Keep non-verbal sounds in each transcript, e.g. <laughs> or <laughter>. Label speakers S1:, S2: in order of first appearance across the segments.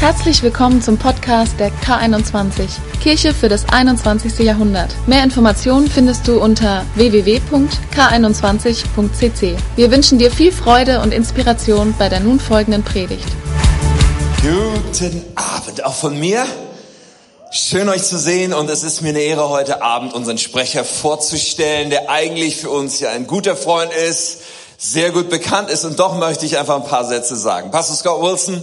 S1: Herzlich willkommen zum Podcast der K21, Kirche für das 21. Jahrhundert. Mehr Informationen findest du unter www.k21.cc. Wir wünschen dir viel Freude und Inspiration bei der nun folgenden Predigt.
S2: Guten Abend, auch von mir. Schön euch zu sehen und es ist mir eine Ehre, heute Abend unseren Sprecher vorzustellen, der eigentlich für uns ja ein guter Freund ist, sehr gut bekannt ist und doch möchte ich einfach ein paar Sätze sagen. Pastor Scott Wilson,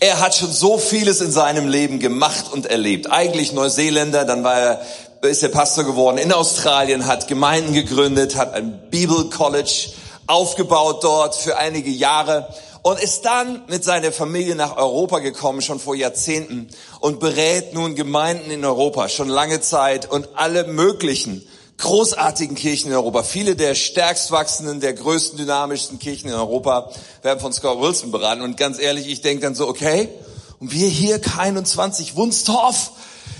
S2: er hat schon so vieles in seinem Leben gemacht und erlebt. Eigentlich Neuseeländer, dann war er ist er Pastor geworden in Australien, hat Gemeinden gegründet, hat ein Bible College aufgebaut dort für einige Jahre und ist dann mit seiner Familie nach Europa gekommen, schon vor Jahrzehnten, und berät nun Gemeinden in Europa schon lange Zeit und alle möglichen großartigen Kirchen in Europa. Viele der stärkst wachsenden, der größten, dynamischsten Kirchen in Europa werden von Scott Wilson beraten. Und ganz ehrlich, ich denke dann so, okay, und wir hier, 21 Wunstorf,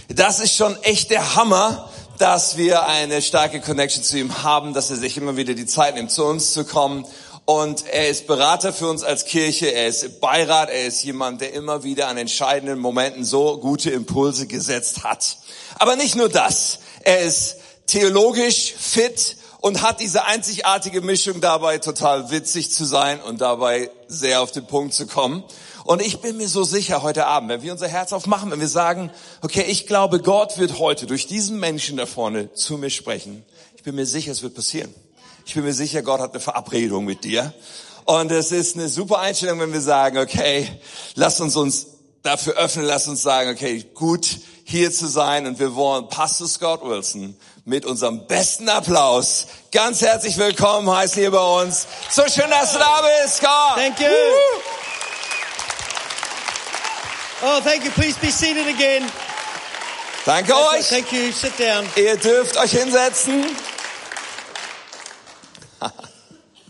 S2: das ist schon echt der Hammer dass wir eine starke Connection zu ihm haben, dass er sich immer wieder die Zeit nimmt, zu uns zu kommen. Und er ist Berater für uns als Kirche, er ist Beirat, er ist jemand, der immer wieder an entscheidenden Momenten so gute Impulse gesetzt hat. Aber nicht nur das, er ist theologisch fit und hat diese einzigartige Mischung dabei, total witzig zu sein und dabei sehr auf den Punkt zu kommen. Und ich bin mir so sicher heute Abend, wenn wir unser Herz aufmachen, wenn wir sagen, okay, ich glaube, Gott wird heute durch diesen Menschen da vorne zu mir sprechen. Ich bin mir sicher, es wird passieren. Ich bin mir sicher, Gott hat eine Verabredung mit dir. Und es ist eine super Einstellung, wenn wir sagen, okay, lass uns uns dafür öffnen, lass uns sagen, okay, gut hier zu sein und wir wollen Pastor Scott Wilson mit unserem besten Applaus ganz herzlich willkommen heißen hier bei uns. So schön, dass du da bist, Scott.
S3: Thank you. Oh, thank you. Please be seated again.
S2: Danke euch.
S3: Thank you. Sit down.
S2: Ihr dürft euch hinsetzen.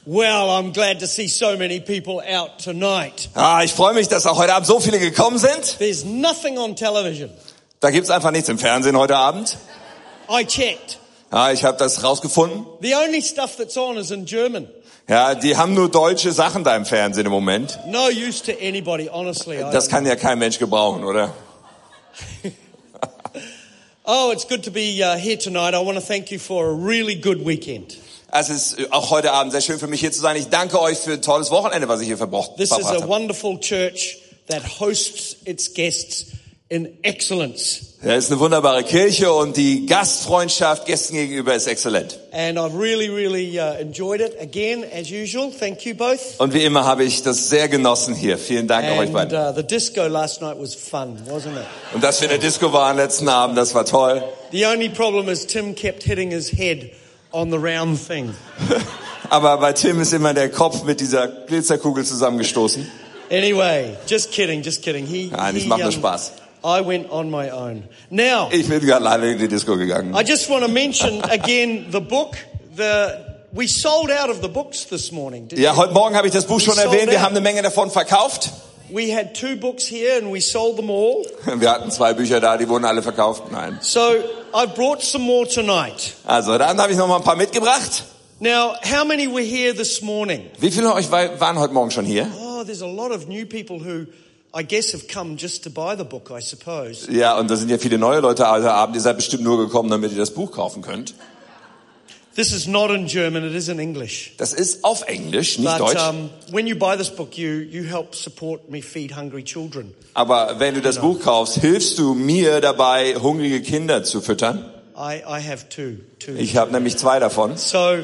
S3: Well, I'm glad to see so many people out tonight.
S2: Ah, ich freue mich, dass auch heute Abend so viele gekommen sind.
S3: There's nothing on television.
S2: Da gibt's einfach nichts im Fernsehen heute Abend.
S3: I checked.
S2: Ja, ich habe das rausgefunden.
S3: The only stuff that's on is in German.
S2: Ja, die haben nur deutsche Sachen da im Fernsehen im Moment.
S3: No use to anybody, honestly. I
S2: Das
S3: don't-
S2: kann ja kein Mensch gebrauchen, oder?
S3: oh, it's good to be uh, here tonight. I want to thank you for a really good weekend.
S2: Es ist auch heute Abend sehr schön für mich hier zu sein. Ich danke euch für ein tolles Wochenende, was ich hier verbrochen
S3: This is
S2: verbracht
S3: a
S2: habe.
S3: wonderful church that hosts its guests in excellence.
S2: Ja, Es ist eine wunderbare Kirche und die Gastfreundschaft Gästen gegenüber ist exzellent.
S3: And I've really, really uh, enjoyed it. Again, as usual, thank you both.
S2: Und wie immer habe ich das sehr genossen hier. Vielen Dank auch euch
S3: And äh,
S2: beiden.
S3: uh, the disco last night was fun, wasn't it?
S2: Und dass wir in der Disco waren letzten Abend, das war toll.
S3: The only problem is Tim kept hitting his head on the round thing.
S2: Aber bei Tim ist immer der Kopf mit dieser Glitzerkugel zusammengestoßen.
S3: Anyway, just kidding, just kidding. He,
S2: Nein, es
S3: he, um,
S2: macht nur Spaß.
S3: I went on my own. Now,
S2: Ich bin gerade alleine in die Disco gegangen.
S3: I just want to mention again the book. The we sold out of the books this morning. Did
S2: Ja, heute Morgen habe ich das Buch schon erwähnt. Wir haben eine Menge davon verkauft.
S3: We had two books here and we sold them all.
S2: Wir hatten zwei Bücher da, die wurden alle verkauft. Nein.
S3: So I brought some more tonight.
S2: Also, dann habe ich noch mal ein paar mitgebracht.
S3: Now, how many were here this morning?
S2: Wie viele von euch wa- waren heute Morgen schon hier?
S3: Oh, there's a lot of new people who I guess have come just to buy the book, I suppose.
S2: Ja, und da sind ja viele neue Leute heute Abend. Ihr seid bestimmt nur gekommen, damit ihr das Buch kaufen könnt.
S3: This is not in German, it is in English.
S2: Das ist auf Englisch, nicht
S3: But
S2: Deutsch.
S3: um, when you buy this book, you, you help support me feed hungry children.
S2: Aber wenn du das
S3: genau.
S2: Buch kaufst, hilfst du mir dabei, hungrige Kinder zu füttern.
S3: I, I have two. two.
S2: Ich habe nämlich zwei davon.
S3: So,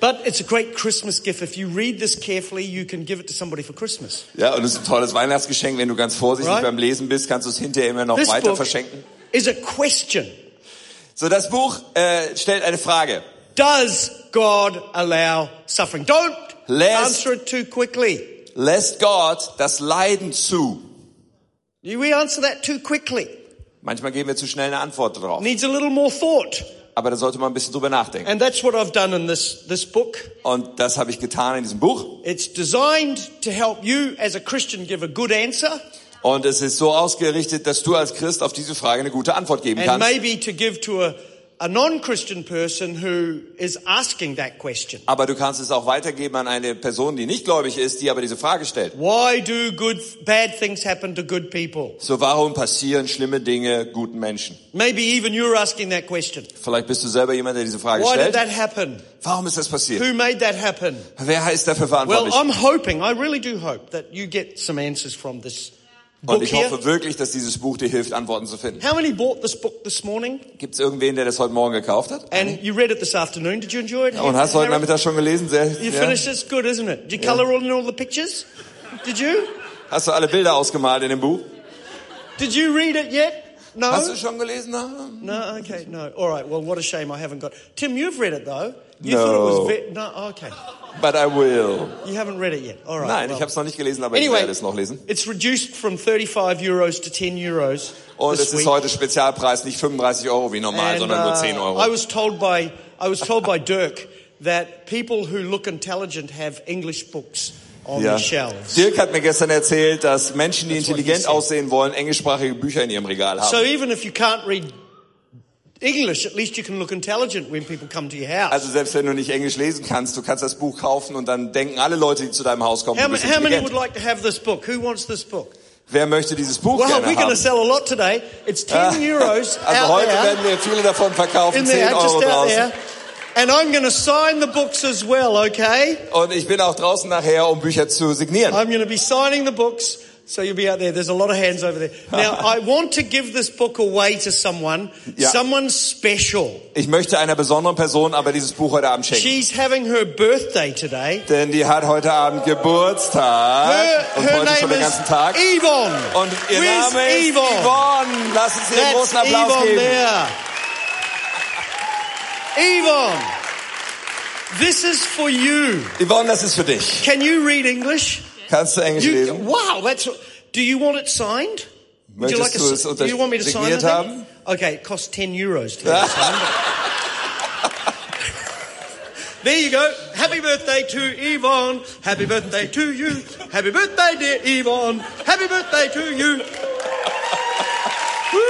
S3: but it's a great Christmas gift. If you read this carefully, you can give it to somebody for Christmas.
S2: Ja, und es ist ein tolles Weihnachtsgeschenk. Wenn du ganz vorsichtig
S3: Right.
S2: beim Lesen bist, kannst du es hinterher immer noch
S3: This
S2: weiter
S3: book
S2: verschenken.
S3: is a question.
S2: So, das Buch äh, stellt eine Frage.
S3: Does God allow suffering? Don't
S2: Lest-
S3: answer it too quickly.
S2: Lässt Gott das Leiden zu?
S3: We answer that too quickly.
S2: Manchmal geben wir zu schnell eine Antwort drauf.
S3: Needs a little more thought.
S2: Aber da sollte man ein bisschen drüber nachdenken.
S3: And that's what I've done in this, this book.
S2: Und das habe ich getan in diesem Buch.
S3: It's designed to help you as a Christian give a good answer
S2: Und es ist so ausgerichtet, dass du als Christ auf diese Frage eine gute Antwort geben
S3: and
S2: kannst.
S3: maybe to give to a, a non Christian person who is asking that question.
S2: Aber du kannst es auch weitergeben an eine Person, die nicht gläubig ist, die aber diese Frage stellt.
S3: Why do good, bad things happen to good people?
S2: So, warum passieren schlimme Dinge guten Menschen?
S3: Maybe even you're asking that question.
S2: Vielleicht bist du selber jemand, der diese Frage
S3: Why did that
S2: stellt.
S3: happen?
S2: Warum ist das passiert?
S3: Who made that happen?
S2: Wer ist dafür
S3: Well,
S2: verantwortlich?
S3: I'm hoping, I really do hope that you get some answers from this book
S2: Und ich
S3: here.
S2: hoffe wirklich, dass dieses Buch dir hilft, Antworten zu finden.
S3: How many bought this book this morning?
S2: Gibt es irgendwen, der das heute Morgen gekauft hat?
S3: And you read it this afternoon. Did you enjoy it?
S2: Und hast du heute
S3: Harry?
S2: Nachmittag schon gelesen? Sehr,
S3: You
S2: ja.
S3: finished it? It's good, isn't it? Did you colour in all the pictures? Did you?
S2: Hast du alle Bilder ausgemalt in dem Buch?
S3: Did you read it yet? No?
S2: Hast du schon gelesen? Na,
S3: No, okay, no. All right, well, what a shame I haven't got. Tim, you've read it though. You
S2: No.
S3: thought it was ve- no, okay.
S2: But I will.
S3: You haven't read it yet. All right.
S2: Nein,
S3: well.
S2: ich habe es noch nicht gelesen, aber ich
S3: Anyway,
S2: werde es noch lesen.
S3: it's reduced from 35 euros to 10 euros.
S2: Und
S3: Oh, this
S2: es ist
S3: week.
S2: heute Spezialpreis, nicht 35 Euro wie normal,
S3: And,
S2: sondern nur
S3: uh,
S2: 10
S3: I
S2: Euro.
S3: was told by I was told by Dirk that people who look intelligent have English books on
S2: Ja.
S3: their shelves.
S2: Dirk hat mir gestern erzählt, dass Menschen, die
S3: That's what he
S2: intelligent
S3: said.
S2: aussehen wollen, englischsprachige Bücher in ihrem Regal
S3: So
S2: haben.
S3: even if you can't read English, at least you can look intelligent when people come to your house.
S2: Also selbst wenn du nicht Englisch lesen kannst, du kannst das Buch kaufen und dann denken alle Leute, die zu deinem Haus kommen,
S3: how,
S2: du
S3: ma-
S2: bist
S3: how many would
S2: intelligent.
S3: like to have this book? Who wants this book?
S2: Wer möchte dieses Buch
S3: Well, we're
S2: gerne
S3: going to
S2: haben?
S3: sell a Uh, lot today. It's 10 <laughs> euros
S2: <laughs> Also
S3: out
S2: heute
S3: there,
S2: werden wir viele davon verkaufen,
S3: in there,
S2: 10 Euro
S3: just out
S2: draußen.
S3: there. And I'm going to sign the books as well, okay?
S2: Und ich bin auch draußen nachher, um Bücher zu signieren.
S3: I'm going to be signing the books, so you'll be out there. There's a lot of hands over <laughs> there. Now, I want to give this book away to someone,
S2: Yeah.
S3: someone special.
S2: Ich möchte einer besonderen Person aber dieses Buch heute Abend schenken.
S3: She's having her birthday today.
S2: Denn die hat heute Abend Geburtstag
S3: Her,
S2: Äh, und
S3: her
S2: heute schon
S3: name
S2: den
S3: is
S2: ganzen Tag.
S3: Yvonne.
S2: Und ihr
S3: Where's
S2: Name ist
S3: Yvonne?
S2: Yvonne. Lass uns ihr einen
S3: That's
S2: großen Applaus
S3: Yvonne
S2: geben.
S3: there. Yvonne, this is for you.
S2: Yvonne, das ist für dich.
S3: Can you read English?
S2: Kannst du Englisch
S3: You,
S2: lesen?
S3: wow, that's. Do you want it signed? Would
S2: Möchtest
S3: you like a
S2: du
S3: s-
S2: es
S3: do you want me to sign the
S2: signiert
S3: thing? Okay, it costs 10 euros
S2: <laughs>
S3: to get it signed. There you go. Happy birthday to Yvonne. Happy birthday to you. Happy birthday, dear Yvonne. Happy birthday to you. <laughs> Woo!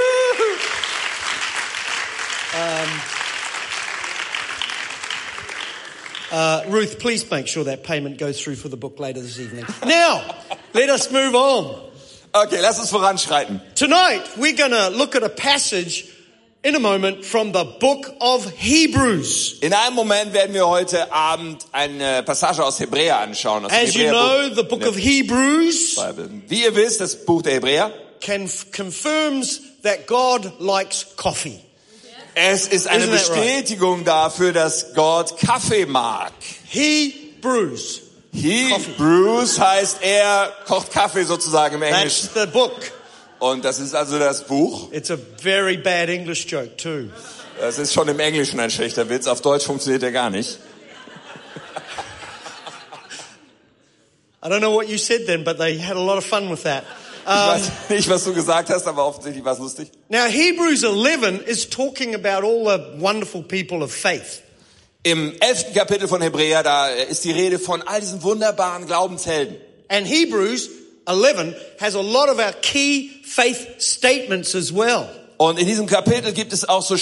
S3: Um, uh, Ruth, please make sure that payment goes through for the book later this evening. Now, let us move on.
S2: Okay, lass uns voranschreiten.
S3: Tonight, we're going to look at a passage in a moment from the book of Hebrews.
S2: In einem Moment werden wir heute Abend eine Passage aus Hebräer anschauen. Aus dem
S3: As you know, the book of
S2: Hebräerbuch.
S3: Hebrews
S2: Wie ihr wisst, das Buch der Hebräer.
S3: can, confirms that God likes coffee.
S2: Es ist eine
S3: Isn't that right?
S2: Bestätigung dafür, dass Gott Kaffee mag.
S3: Hebrews.
S2: Hebrews heißt, er kocht Kaffee sozusagen im
S3: That's
S2: Englischen.
S3: the book.
S2: Und das ist also das Buch.
S3: It's a very bad English joke, too.
S2: Das ist schon im Englischen ein schlechter Witz. Auf Deutsch funktioniert er gar nicht.
S3: I don't know what you said then, but they had a lot of fun with that.
S2: Ich
S3: Um,
S2: weiß nicht, was du gesagt hast, aber offensichtlich war es lustig.
S3: now, Hebrews 11 is talking about all the wonderful people of faith.
S2: Im elften Kapitel von Hebräer, da äh, ist die Rede von all diesen wunderbaren Glaubenshelden.
S3: And Hebrews 11 has a lot of our key faith statements as well.
S2: Und in diesem Kapitel gibt es auch so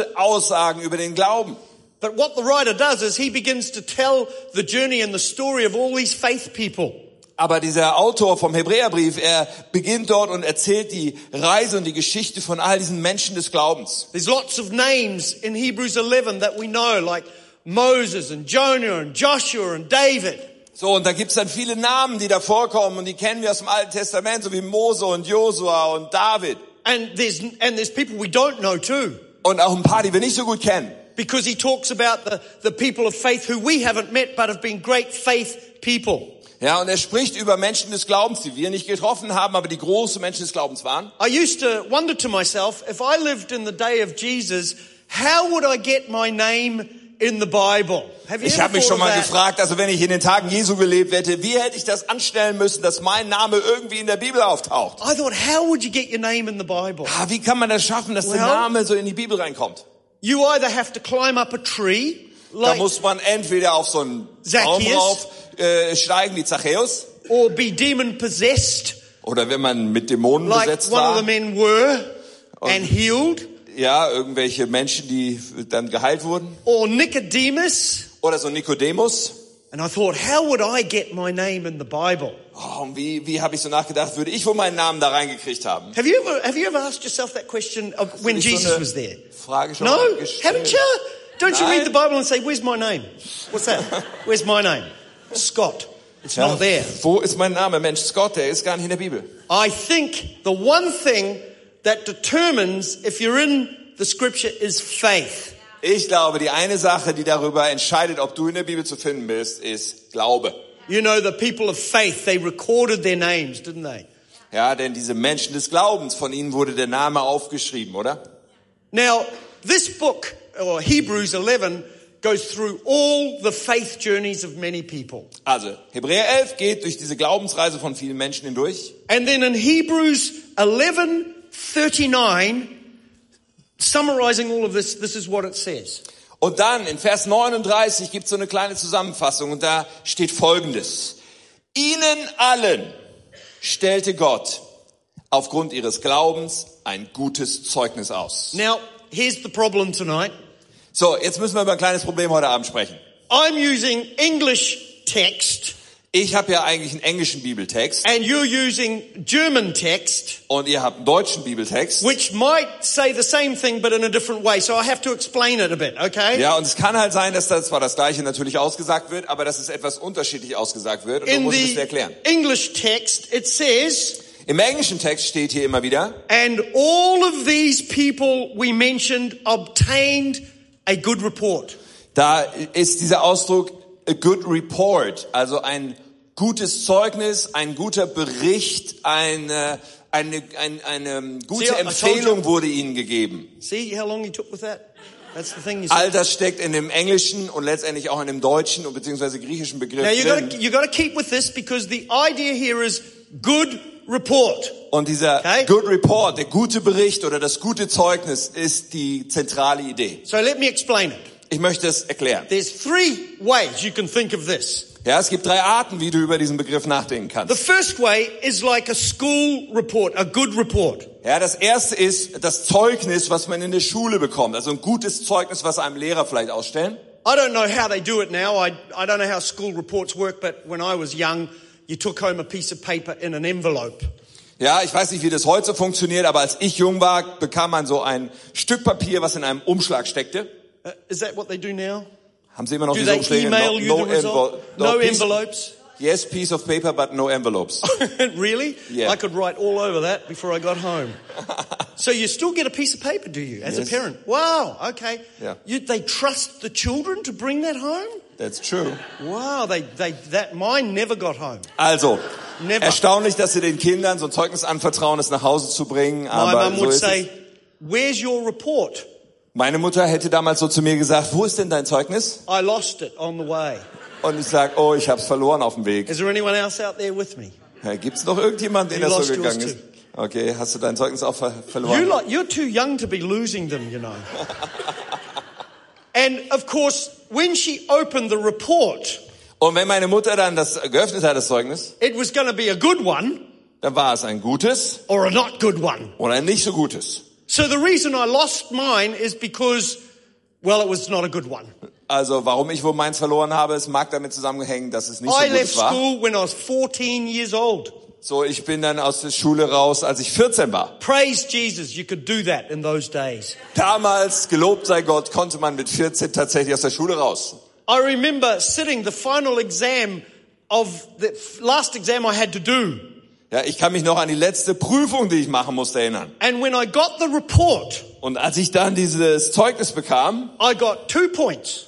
S2: Schlüsselaussagen über den Glauben.
S3: But what the writer does is he begins to tell the journey and the story of all these faith people.
S2: Aber dieser Autor vom Hebräerbrief, er beginnt dort und erzählt die Reise und die Geschichte von all diesen Menschen des Glaubens.
S3: There's lots of names in Hebrews 11 that we know, like Moses and Jonah and Joshua and David.
S2: So, und da gibt's dann viele Namen, die da vorkommen und die kennen wir aus dem Alten Testament, so wie Mose und Josua und David.
S3: And there's, and there's people we don't know too,
S2: Und auch ein paar, die wir nicht so gut kennen.
S3: because he talks about the, the people of faith who we haven't met but have been great faith people.
S2: Ja, und er spricht über Menschen des Glaubens, die wir nicht getroffen haben, aber die große Menschen des Glaubens waren.
S3: I used to wonder to myself if I lived in the day of Jesus, how would I get my name in the Bible? Have you
S2: Ich
S3: ever
S2: habe mich schon
S3: thought of
S2: mal
S3: that?
S2: gefragt, also wenn ich in den Tagen Jesu gelebt hätte, wie hätte ich das anstellen müssen, dass mein Name irgendwie in der Bibel auftaucht?
S3: I thought, how would you get your name in the Bible?
S2: Ah, wie kann man das schaffen, dass der
S3: Well-
S2: Name so in die Bibel reinkommt?
S3: You either have to climb up a tree,
S2: Da
S3: like,
S2: muss man entweder auf so einen Baum
S3: Zacchaeus.
S2: rauf äh, steigen wie Zachäus
S3: or be demon possessed,
S2: oder wenn man mit Dämonen
S3: like
S2: besetzt
S3: one of the
S2: war,
S3: men were, and healed.
S2: ja, irgendwelche Menschen, die dann geheilt wurden.
S3: or Nicodemus.
S2: Oder so Nikodemus.
S3: And I thought, how would I get my name in the Bible?
S2: Oh, und wie, wie habe ich so nachgedacht, würde ich wohl meinen Namen da reingekriegt haben?
S3: Have you ever, have you ever asked yourself that question of when
S2: Ist so
S3: Jesus
S2: eine
S3: was there?
S2: Frage schon
S3: No,
S2: mal gestellt.
S3: haven't you? Don't you
S2: Nein.
S3: read the Bible and say, where's my name? What's that? Where's my name? Scott. It's
S2: Ja.
S3: not there.
S2: Wo ist mein Name? Mensch, Scott, der ist gar nicht in der Bibel.
S3: I think the one thing that determines if you're in the scripture is faith.
S2: Ich glaube, die eine Sache, die darüber entscheidet, ob du in der Bibel zu finden bist, ist Glaube.
S3: You know, the people of faith, they recorded their names, didn't they?
S2: Ja, denn diese Menschen des Glaubens, von ihnen wurde der Name aufgeschrieben, oder?
S3: Now, this book, or Hebrews 11, goes through all the faith journeys of many people.
S2: Also, Hebräer 11 geht durch diese Glaubensreise von vielen Menschen hindurch.
S3: And then in Hebrews 11:39, summarizing all of this, this is what it says.
S2: Und dann in Vers 39 gibt es so eine kleine Zusammenfassung und da steht Folgendes. Ihnen allen stellte Gott aufgrund ihres Glaubens ein gutes Zeugnis aus.
S3: Now, here's the problem tonight.
S2: So, jetzt müssen wir über ein kleines Problem heute Abend sprechen.
S3: I'm using English text
S2: Ich habe ja eigentlich einen englischen Bibeltext
S3: and you're using German text,
S2: und ihr habt einen deutschen Bibeltext.
S3: which might say the same thing but in a different way. So I have to explain it a bit, okay?
S2: Ja, und es kann halt sein, dass da zwar das Gleiche natürlich ausgesagt wird, aber dass es etwas unterschiedlich ausgesagt wird und du
S3: In
S2: musst es
S3: the
S2: erklären.
S3: English text, it says,
S2: Im englischen Text steht hier immer wieder,
S3: And all of these people we mentioned obtained a good report.
S2: da ist dieser Ausdruck a good report, also ein gutes Zeugnis, ein guter Bericht, eine, eine, ein- eine
S3: See, I
S2: gute
S3: told
S2: Empfehlung wurde ihnen gegeben.
S3: See how long he took with that? That's the thing you
S2: All
S3: said.
S2: das steckt in dem englischen und letztendlich auch in dem deutschen und beziehungsweise griechischen Begriff
S3: Now you
S2: drin.
S3: got to you got to keep with this because the idea here is good report.
S2: Und dieser
S3: Okay.
S2: Good Report, der gute Bericht oder das gute Zeugnis ist die zentrale Idee.
S3: So let me explain it.
S2: Ich möchte es erklären.
S3: There's three ways you can think of this.
S2: Ja, es gibt drei Arten, wie du über diesen Begriff nachdenken
S3: The
S2: kannst.
S3: first way is like a school report, a good report.
S2: Ja, das erste ist das Zeugnis, was man in der Schule bekommt. Also ein gutes Zeugnis, was einem Lehrer vielleicht ausstellen.
S3: I don't know how they do it now. I, I don't know how school reports work, but when I was young, you took home a piece of paper in an envelope.
S2: Ja, ich weiß nicht, wie das heute so funktioniert, aber als ich jung war, bekam man so ein Stück Papier, was in einem Umschlag steckte.
S3: Uh, is that what they do now?
S2: Haben Sie immer noch
S3: Do
S2: diese
S3: they
S2: Umschläge?
S3: email you the
S2: envel-
S3: result? No
S2: piece-
S3: envelopes? <laughs>
S2: Yes, piece of paper, but no envelopes.
S3: Oh. really?
S2: Yeah.
S3: I could write all over that before I got
S2: <laughs>
S3: home. so you still get a piece of paper, do you, as
S2: Yes.
S3: a parent? Wow, okay.
S2: Yeah.
S3: You, they trust the children to bring that home?
S2: That's true.
S3: Wow, they, they, that, mine never got home.
S2: Also,
S3: Never.
S2: erstaunlich, dass sie den Kindern so ein Zeugnis anvertrauen, es nach Hause zu bringen.
S3: My
S2: Aber
S3: mum
S2: Ah, so
S3: would
S2: ist es.
S3: say, where's your report?
S2: Meine Mutter hätte damals so zu mir gesagt, wo ist denn dein Zeugnis?
S3: I lost it on the way.
S2: Und ich sag, oh, ich hab's verloren auf dem Weg.
S3: Is there anyone else out there with me?
S2: Ja, gibt's noch irgendjemanden, den
S3: You
S2: das
S3: lost
S2: so gegangen
S3: yours
S2: ist? Okay, hast du dein Zeugnis auch ver verloren?
S3: You like, you're too young to be losing them, you know. and of course, when she opened the report,
S2: Und wenn meine Mutter dann das geöffnet hat, das Zeugnis,
S3: it was going to be a good one
S2: dann war es ein gutes
S3: or a not good one.
S2: oder ein nicht so gutes.
S3: So the reason I lost mine is because, well, it was not a good one.
S2: Also, warum ich wohl meins verloren habe, es mag damit zusammenhängen, dass es nicht so
S3: I left
S2: gut war.
S3: school when I was 14 years old.
S2: So, ich bin dann aus der Schule raus, als ich 14 war.
S3: Praise Jesus, you could do that in those days.
S2: Damals, gelobt sei Gott, konnte man mit 14 tatsächlich aus der Schule raus.
S3: I remember sitting the final exam of the f- last exam I had to do.
S2: Ja, ich kann mich noch an die letzte Prüfung, die ich machen musste, erinnern.
S3: And when I got the report,
S2: Und als ich dann dieses Zeugnis bekam,
S3: I got two points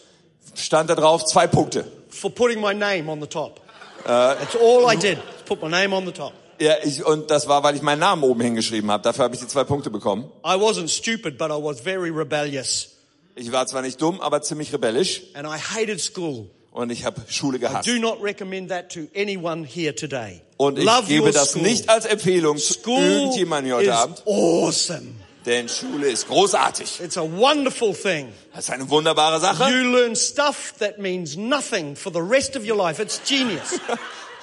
S2: stand da drauf zwei Punkte.
S3: for putting my name on the top.
S2: Uh,
S3: That's all I did, is put my name on the top.
S2: Ja, ich, und das war, weil ich meinen Namen oben hingeschrieben habe. Dafür habe ich die zwei Punkte bekommen.
S3: I wasn't stupid, but I was very rebellious.
S2: Ich war zwar nicht dumm, aber ziemlich rebellisch
S3: And I hated school.
S2: und ich habe Schule gehasst.
S3: Do not recommend that to anyone here today.
S2: Und ich
S3: Love
S2: gebe
S3: your
S2: das
S3: school.
S2: nicht als Empfehlung zu
S3: school
S2: irgendjemandem hier heute
S3: is
S2: Abend,
S3: awesome.
S2: denn Schule ist großartig.
S3: It's a wonderful thing.
S2: Das ist eine wunderbare Sache.
S3: You learn stuff that means nothing for the rest of your life. It's genius.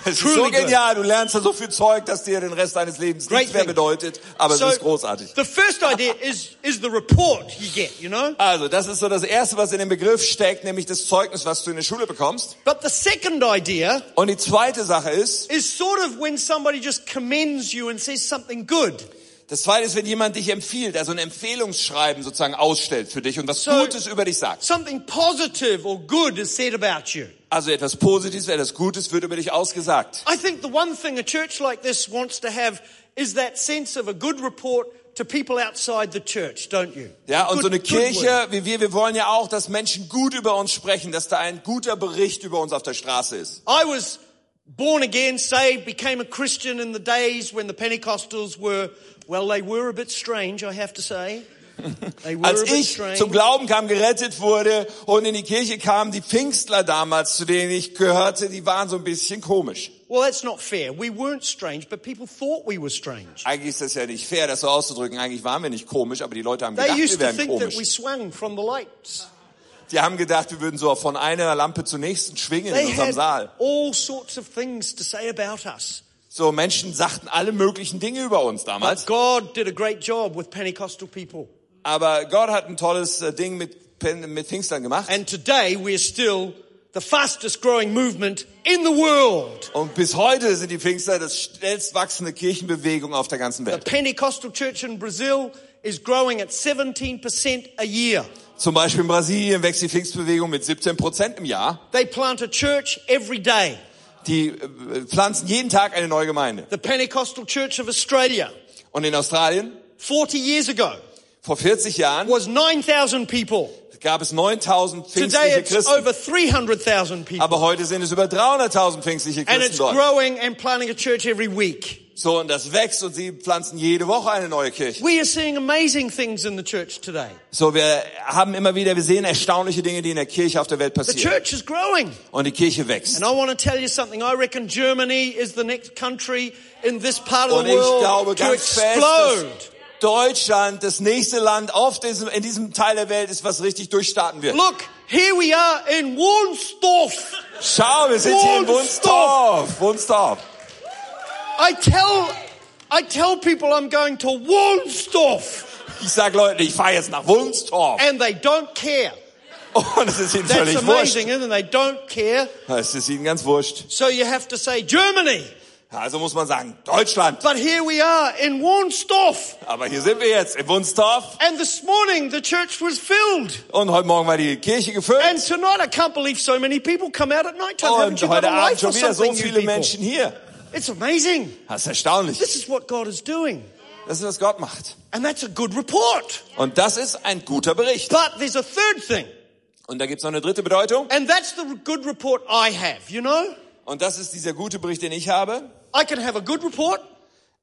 S2: Es ist so
S3: Truly good.
S2: genial, du lernst da so viel Zeug, dass dir den Rest deines Lebens
S3: Great
S2: nichts mehr
S3: thing.
S2: bedeutet, <laughs> aber es ist großartig.
S3: the first idea is is the report you get, you know.
S2: Also, das ist so das Erste, was in dem Begriff steckt, nämlich das Zeugnis, was du in der Schule bekommst.
S3: But the second idea
S2: Und die zweite Sache ist,
S3: is sort of when somebody just commends you and says something good.
S2: das Zweite ist, wenn jemand dich empfiehlt, also ein Empfehlungsschreiben sozusagen ausstellt für dich und was
S3: So-
S2: Gutes über dich sagt.
S3: Something positive or good is said about you.
S2: Also etwas Positives, etwas Gutes wird über dich ausgesagt.
S3: I think the one thing a church like this wants to have is that sense of a good report to people outside the church, don't you?
S2: Ja, und
S3: Good-
S2: so eine
S3: good word.
S2: Kirche wie wir, wir wollen ja auch, dass Menschen gut über uns sprechen, dass da ein guter Bericht über uns auf der Straße ist.
S3: I was born again, saved, became a Christian in the days when the Pentecostals were, well, they were a bit strange, I have to say. They were
S2: Als
S3: a bit
S2: ich
S3: strange.
S2: zum Glauben kam, gerettet wurde und in die Kirche kam, die Pfingstler damals, zu denen ich gehörte, die waren so ein bisschen komisch.
S3: Well, that's not fair. We weren't strange, but people thought we were strange.
S2: Eigentlich ist das ja nicht fair, das so auszudrücken. Eigentlich waren wir nicht komisch, aber die Leute haben
S3: They
S2: gedacht, wir
S3: used to
S2: wären
S3: think that we
S2: komisch.
S3: swung from the lights.
S2: Die haben gedacht, wir würden so von einer Lampe zur nächsten schwingen in
S3: They
S2: unserem
S3: had
S2: Saal.
S3: all sorts of things to say about us.
S2: So Menschen sagten alle möglichen Dinge über uns damals.
S3: But God did a great job with Pentecostal people.
S2: Aber Gott hat ein tolles äh, Ding mit, Pen- mit Pfingstern gemacht.
S3: And today we're still the fastest growing movement in the world.
S2: Und bis heute sind die Pfingstler das schnellst wachsende Kirchenbewegung auf der ganzen
S3: The
S2: Welt.
S3: Pentecostal church in Brazil is growing at 17% a year.
S2: Zum Beispiel in Brasilien wächst die Pfingstbewegung mit 17 Prozent im Jahr.
S3: They plant a church every day.
S2: Die äh, pflanzen jeden Tag eine neue Gemeinde.
S3: The Pentecostal Church of Australia,
S2: Und in Australien,
S3: 40 years ago,
S2: vor 40 Jahren,
S3: was 9,000 people.
S2: gab es 9000
S3: Today
S2: pfingstliche
S3: it's
S2: Christen.
S3: over 300,000 people.
S2: Aber heute sind es über 300.000 pfingstliche
S3: And
S2: Christen
S3: it's
S2: dort.
S3: growing and planting a church every week.
S2: So, und das wächst und sie pflanzen jede Woche eine neue Kirche.
S3: We are seeing amazing things in the church today.
S2: So, wir haben immer wieder, wir sehen erstaunliche Dinge, die in der Kirche auf der Welt
S3: The
S2: passieren.
S3: church is growing.
S2: Und die Kirche wächst.
S3: And I want to tell you something. I reckon Germany is the next country in this part of
S2: Und
S3: the
S2: ich
S3: world
S2: glaube
S3: to
S2: ganz fest, dass
S3: explode.
S2: Deutschland das nächste Land auf diesem, in diesem Teil der Welt ist, was richtig durchstarten wird.
S3: Look, here we are in Warnsdorf.
S2: Schau, wir sind hier in
S3: Wunstorf.
S2: Wunstorf. Wunstorf.
S3: I tell, I tell people I'm going to Warnsdorf,
S2: Ich sag Leuten, ich fahre jetzt nach Wunstorf.
S3: and they don't care.
S2: Und es ist ihnen
S3: That's
S2: völlig wurscht.
S3: amazing, isn't it? They don't care.
S2: Es ist ihnen ganz wurscht.
S3: So you have to say Germany.
S2: Also muss man sagen, Deutschland.
S3: But here we are in Warnsdorf.
S2: Aber hier sind wir jetzt, in Wunstorf.
S3: And this morning the church was filled.
S2: Und heute Morgen war die Kirche gefüllt.
S3: And tonight I can't believe so many people come out at night time. Haven't
S2: Und
S3: you got
S2: heute
S3: a
S2: Abend
S3: life or
S2: schon wieder so
S3: something, you
S2: viele
S3: people?
S2: Menschen hier.
S3: It's amazing.
S2: Das ist erstaunlich.
S3: This is what God is doing.
S2: Das ist, was Gott macht.
S3: And that's a good report.
S2: Und das ist ein guter Bericht.
S3: But there's a third thing.
S2: Und da gibt's noch eine dritte Bedeutung.
S3: And that's the good report I have, you know?
S2: Und das ist dieser gute Bericht, den ich habe.
S3: I can have a good report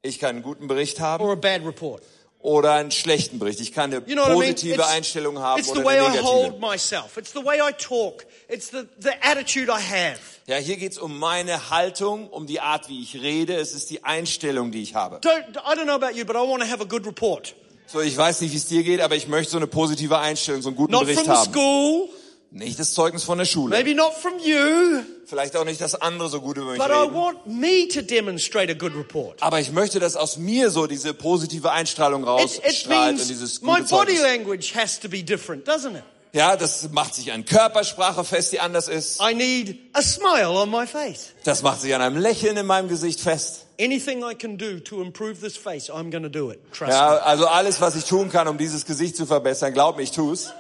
S2: Ich kann einen guten Bericht haben
S3: or a bad report.
S2: oder einen schlechten Bericht. Ich kann eine
S3: You know what I mean?
S2: positive Einstellung haben
S3: it's the
S2: oder
S3: way
S2: eine
S3: I
S2: negative.
S3: hold myself. It's the way I talk. It's the, the attitude I have.
S2: Ja, hier geht's um meine Haltung, um die Art, wie ich rede. Es ist die Einstellung, die ich habe.
S3: Don't, I don't know about you, but I want to have a good report.
S2: So, ich weiß nicht, wie es dir geht, aber ich möchte so eine positive Einstellung, so einen guten
S3: Not
S2: Bericht
S3: from the
S2: haben.
S3: school,
S2: Nicht das Zeugnis von der Schule.
S3: maybe not from you,
S2: Vielleicht auch nicht, dass andere so gut über mich
S3: but I
S2: reden.
S3: want me to demonstrate a good report.
S2: Aber ich möchte, dass aus mir so diese positive Einstrahlung
S3: It, it
S2: rausstrahlt und dieses
S3: means my
S2: gute
S3: body
S2: Zeugnis.
S3: language has to be different, doesn't it?
S2: Ja, das macht sich an Körpersprache fest, die anders ist.
S3: I need a smile on my face.
S2: Das macht sich an einem Lächeln in meinem Gesicht fest.
S3: Anything I can do to improve this face, I'm going to do it. Trust
S2: Ja, also alles, was ich tun kann, um dieses Gesicht zu verbessern, glaub mir, ich tu's.
S3: me.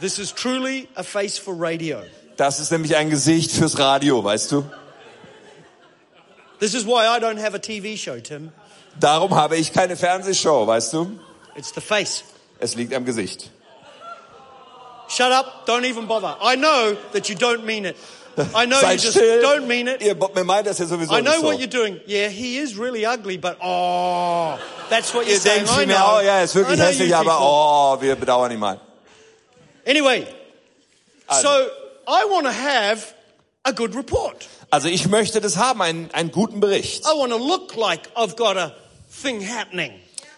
S3: This is truly a face for radio.
S2: Das ist nämlich ein Gesicht fürs Radio, weißt du?
S3: This is why I don't have a TV show, Tim.
S2: Darum habe ich keine Fernsehshow, weißt du?
S3: It's the face.
S2: Es liegt am Gesicht.
S3: Shut up. Don't even bother. I know that you don't mean it.
S2: <laughs>
S3: I know you
S2: Seid
S3: just
S2: still.
S3: don't mean it.
S2: Ihr Bob, mir meint das ja sowieso
S3: I know
S2: nicht so.
S3: what you're doing. Yeah, he is really ugly, but oh, that's what you're
S2: Ihr
S3: saying.
S2: denkt
S3: I
S2: sich mir,
S3: know.
S2: oh ja, ist
S3: I
S2: wirklich
S3: know
S2: hässlich,
S3: you
S2: aber
S3: people.
S2: oh, wir bedauern ihn mal.
S3: Anyway,
S2: Also.
S3: so oh. I want to have a good report.
S2: Also ich möchte das haben, einen, einen guten Bericht.
S3: I want to look like I've got a thing happening.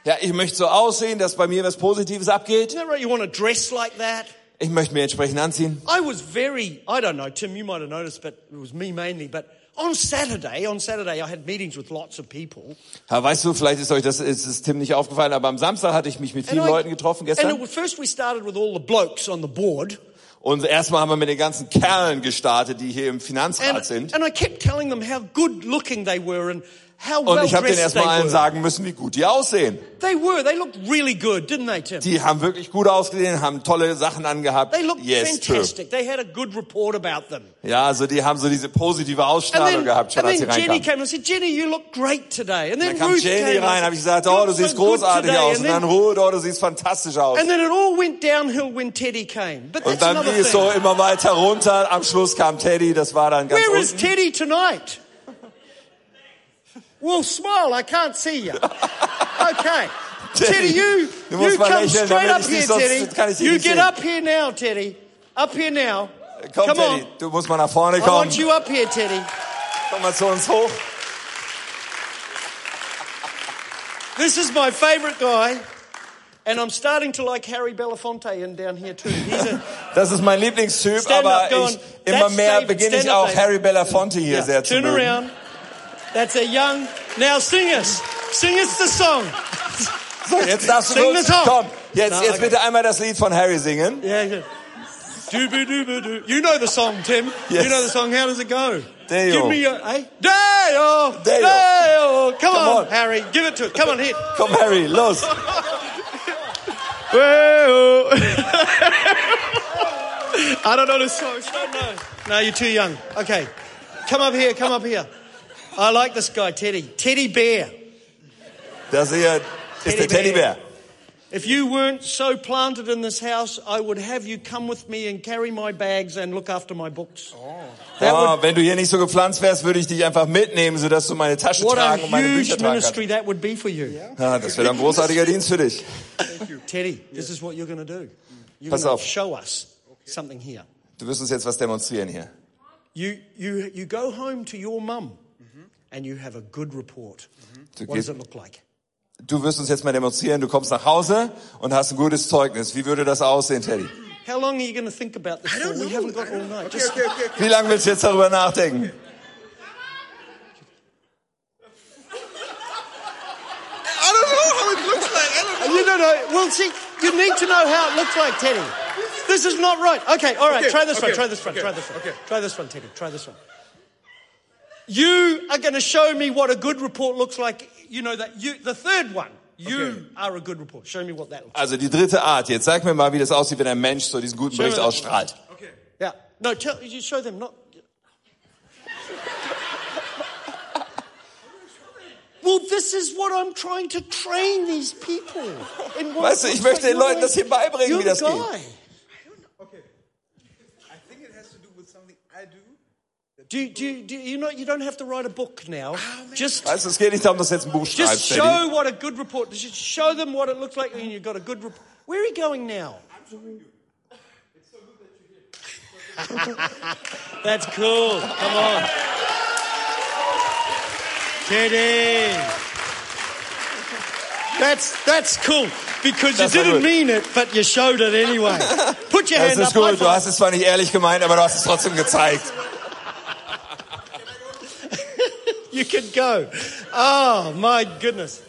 S2: Ja, ich möchte so aussehen, dass bei mir was Positives abgeht.
S3: Isn't that right? You want to dress like that?
S2: Ich möchte mir entsprechend anziehen.
S3: I was very, I don't know, Tim, you might have noticed, but it was me mainly, but on Saturday, on Saturday I had meetings with lots of people.
S2: Ja, weißt du, vielleicht ist euch das, ist, ist Tim nicht aufgefallen, aber am Samstag hatte ich mich mit vielen
S3: I-
S2: Leuten getroffen
S3: And it,
S2: gestern.
S3: was- first we started with all the blokes on the board.
S2: Und erstmal haben wir mit den ganzen Kerlen gestartet, die hier im Finanzrat
S3: And,
S2: sind.
S3: and I kept telling them how good looking they were and how
S2: Und
S3: well
S2: ich habe denen
S3: dressed they
S2: erstmal allen
S3: were.
S2: sagen müssen, wie gut die aussehen.
S3: They were, they looked really good, didn't they, Tim?
S2: Die haben wirklich gut ausgesehen, haben tolle Sachen angehabt.
S3: They looked
S2: Yes, too.
S3: fantastic. They had a good report about them.
S2: Ja, also die haben so diese positive
S3: And
S2: Ausstrahlung
S3: then,
S2: gehabt, schon
S3: and
S2: als sie
S3: then Jenny
S2: reinkamen.
S3: came and said, Jenny, you look great today. And then
S2: Dann kam
S3: Ruth
S2: Jenny
S3: came
S2: rein,
S3: and
S2: habe ich gesagt,
S3: "You
S2: oh,
S3: look
S2: du siehst
S3: so good
S2: großartig
S3: today."
S2: aus. Und
S3: And
S2: dann
S3: then,
S2: Ruth, oh, du siehst fantastisch aus.
S3: and then it all went downhill when Teddy came. But that's
S2: Und dann
S3: another
S2: ging es
S3: thing.
S2: so immer weiter runter. Am Schluss kam Teddy, das war dann ganz
S3: Where is
S2: unten.
S3: Teddy tonight? Well, smile. I can't see you. Okay. <laughs> Teddy, you,
S2: Du musst
S3: you
S2: mal
S3: come
S2: lächeln,
S3: straight
S2: damit
S3: up
S2: ich
S3: here,
S2: dich sonst- kann ich
S3: Teddy.
S2: dich
S3: You
S2: nicht
S3: get
S2: sehen.
S3: up here now, Teddy. Up here now.
S2: Komm,
S3: Come
S2: Teddy,
S3: on.
S2: du musst mal nach vorne
S3: I
S2: kommen.
S3: want you up here, Teddy.
S2: Komm mal zu uns hoch.
S3: This is my favourite guy. And I'm starting to like Harry Belafonte in down here too. He's <laughs> a,
S2: Das ist mein Lieblingstyp,
S3: Stand
S2: aber
S3: up, go
S2: ich,
S3: on.
S2: immer
S3: That's
S2: mehr
S3: David,
S2: beginne ich
S3: stand up,
S2: auch
S3: David.
S2: Harry Belafonte hier sehr zu
S3: turn
S2: mögen.
S3: around. That's a young. Now sing us. Sing us the song.
S2: So, jetzt darfst
S3: Sing
S2: du
S3: the song.
S2: Komm, jetzt,
S3: Na,
S2: jetzt
S3: okay.
S2: bitte einmal das Lied von Harry singen.
S3: Yeah, yeah. Dooby dooby doo. You know the song, Tim.
S2: Yes.
S3: You know the song. How does it go?
S2: Deo.
S3: Give me your. Eh? Dale!
S2: Deo.
S3: Dale! Come,
S2: Come
S3: on,
S2: on.
S3: Harry. Give it to it. Come on, hit.
S2: Komm, Harry, los.
S3: Well. I don't know the song. so I don't know. No, you're too young. Okay. Come up here. Come up here. I like this guy, Teddy. Teddy Bear.
S2: Das hier ist der Teddybär.
S3: If you weren't so planted in this house, I would have you come with me and carry my bags and look after my books. That would
S2: Oh, wenn du hier nicht so gepflanzt wärst, würde ich dich einfach mitnehmen, sodass du meine Tasche
S3: What a
S2: tragen und meine Bücher
S3: huge
S2: tragen
S3: ministry
S2: kannst.
S3: that would be for you.
S2: Ja, das wäre ein großartiger Dienst für dich.
S3: Teddy, this is what you're going to do. You're
S2: Pass
S3: going
S2: auf.
S3: to show us something here.
S2: Du wirst uns jetzt was demonstrieren hier.
S3: You, you, you go home to your mum
S4: Mm-hmm.
S3: and you have a good report.
S2: Du,
S3: What does
S2: gehst,
S3: it look like?
S2: du wirst uns jetzt mal demonstrieren, du kommst nach Hause und hast ein gutes Zeugnis. Wie würde das aussehen, Teddy?
S3: How long are you going to think about this? for? We haven't got all night. Just,
S2: Wie lange willst du jetzt darüber nachdenken?
S4: I don't know how it looks like. I don't know.
S3: Uh, you don't know. Well, see, you need to know how it looks like, Teddy. This is not right. Okay, all right.
S4: Okay,
S3: try this one.
S4: okay,
S3: Try this one.
S4: okay,
S3: try this one.
S4: okay.
S3: Try this one, Teddy. Try this one. You are going to show me what a good report looks like. You know that you. The third one. You
S4: Okay.
S3: are a good report. Show me what that looks.
S2: Also die dritte Art. Jetzt sag mir mal, wie das aussieht, wenn ein Mensch so diesen guten
S3: Schön,
S2: Bericht
S3: wenn-
S2: ausstrahlt.
S4: Okay.
S3: Yeah. No, tell you show them not. Well, this is what I'm trying to train these people. In what
S2: Weißt du, ich
S3: looks
S2: möchte den
S3: You're
S2: Leuten das hier beibringen,
S3: you're
S2: wie das
S3: the
S2: geht.
S3: guy.
S4: Okay. I think it has to do with something I do.
S3: Do, do, do you know you don't have to write a book now. just
S2: Weißt du, es geht nicht darum, dass du jetzt ein Buch
S3: just
S2: schreibst, Teddy.
S3: show what a good report. Just show them what it looks like when you've got a good report. Where are you going now? I'm showing you. It's so good that you're here. <laughs> That's cool. Come on. Teddy. That's that's cool because
S2: That's
S3: you
S2: not good.
S3: didn't mean it, but you showed it
S2: <laughs>
S3: anyway. Put your
S2: Das
S3: hand
S2: ist
S3: up.
S2: gut. Du
S3: high five.
S2: hast es zwar nicht ehrlich gemeint, aber du hast es trotzdem gezeigt.
S3: You can go. Oh my goodness,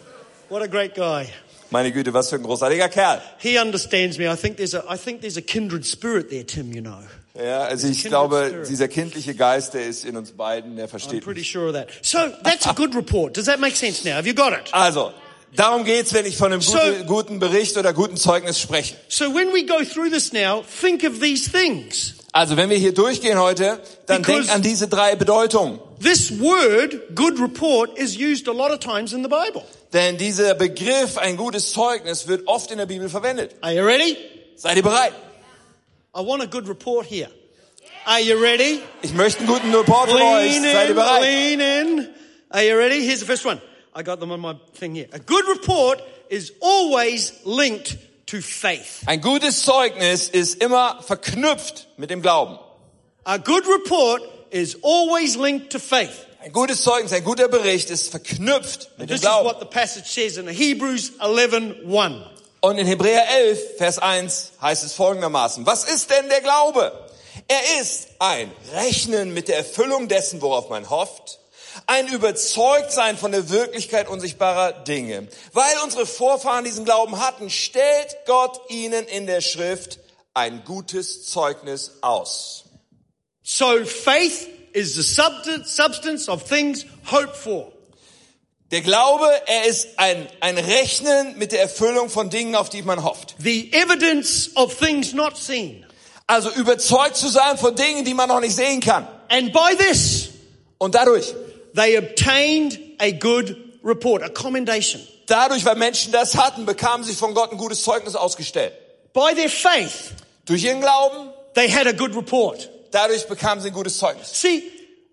S3: what a great guy.
S2: Meine Güte, was für ein großartiger Kerl.
S3: He understands me. I think there's a I think there's a kindred spirit there, Tim. You know,
S2: Ja, also ich
S3: kindred
S2: glaube,
S3: spirit.
S2: dieser kindliche Geist, der ist in uns beiden, der
S3: I'm
S2: versteht.
S3: pretty
S2: mich.
S3: sure of that. So that's a good report. Does that make sense now? Have you got it?
S2: Also, darum geht's, wenn ich von einem
S3: So-
S2: guten, guten Bericht oder guten Zeugnis spreche.
S3: So when we go through this now, think of these things.
S2: Also, wenn wir hier durchgehen heute, dann
S3: Because-
S2: denkt an diese drei Bedeutungen.
S3: This word, good report, is used a lot of times in the Bible.
S2: Denn dieser Begriff, ein gutes Zeugnis, wird oft in der Bibel verwendet.
S3: Are you ready?
S2: Seid ihr bereit?
S3: I want a good report here. Are you ready?
S2: Ich möchte einen guten Report von euch.
S3: Lean
S2: Seid ihr
S3: in,
S2: bereit?
S3: lean in. Are you ready? Here's the first one. I got them on my thing here. A good report is always linked to faith.
S2: Ein gutes Zeugnis ist immer verknüpft mit dem Glauben.
S3: A good report is always linked to faith.
S2: Ein gutes Zeugnis, ein guter Bericht ist verknüpft mit dem
S3: This is
S2: Glauben.
S3: what the passage says in Hebrews 11,
S2: Und in Hebräer 11, Vers 1 heißt es folgendermaßen, was ist denn der Glaube? Er ist ein Rechnen mit der Erfüllung dessen, worauf man hofft, ein Überzeugtsein von der Wirklichkeit unsichtbarer Dinge. Weil unsere Vorfahren diesen Glauben hatten, stellt Gott ihnen in der Schrift ein gutes Zeugnis aus.
S3: So faith is the substance, substance of things hoped for.
S2: Der Glaube, er ist ein, ein Rechnen mit der Erfüllung von Dingen, auf die man hofft.
S3: The evidence of things not seen.
S2: Also überzeugt zu sein von Dingen, die man noch nicht sehen kann.
S3: And by this,
S2: Und dadurch,
S3: they obtained a good report, a commendation.
S2: dadurch, weil Menschen das hatten, bekamen sie von Gott ein gutes Zeugnis ausgestellt.
S3: By their faith,
S2: Durch ihren Glauben,
S3: they had a good report.
S2: dadurch bekamen sie ein gutes Zeugnis.
S3: See,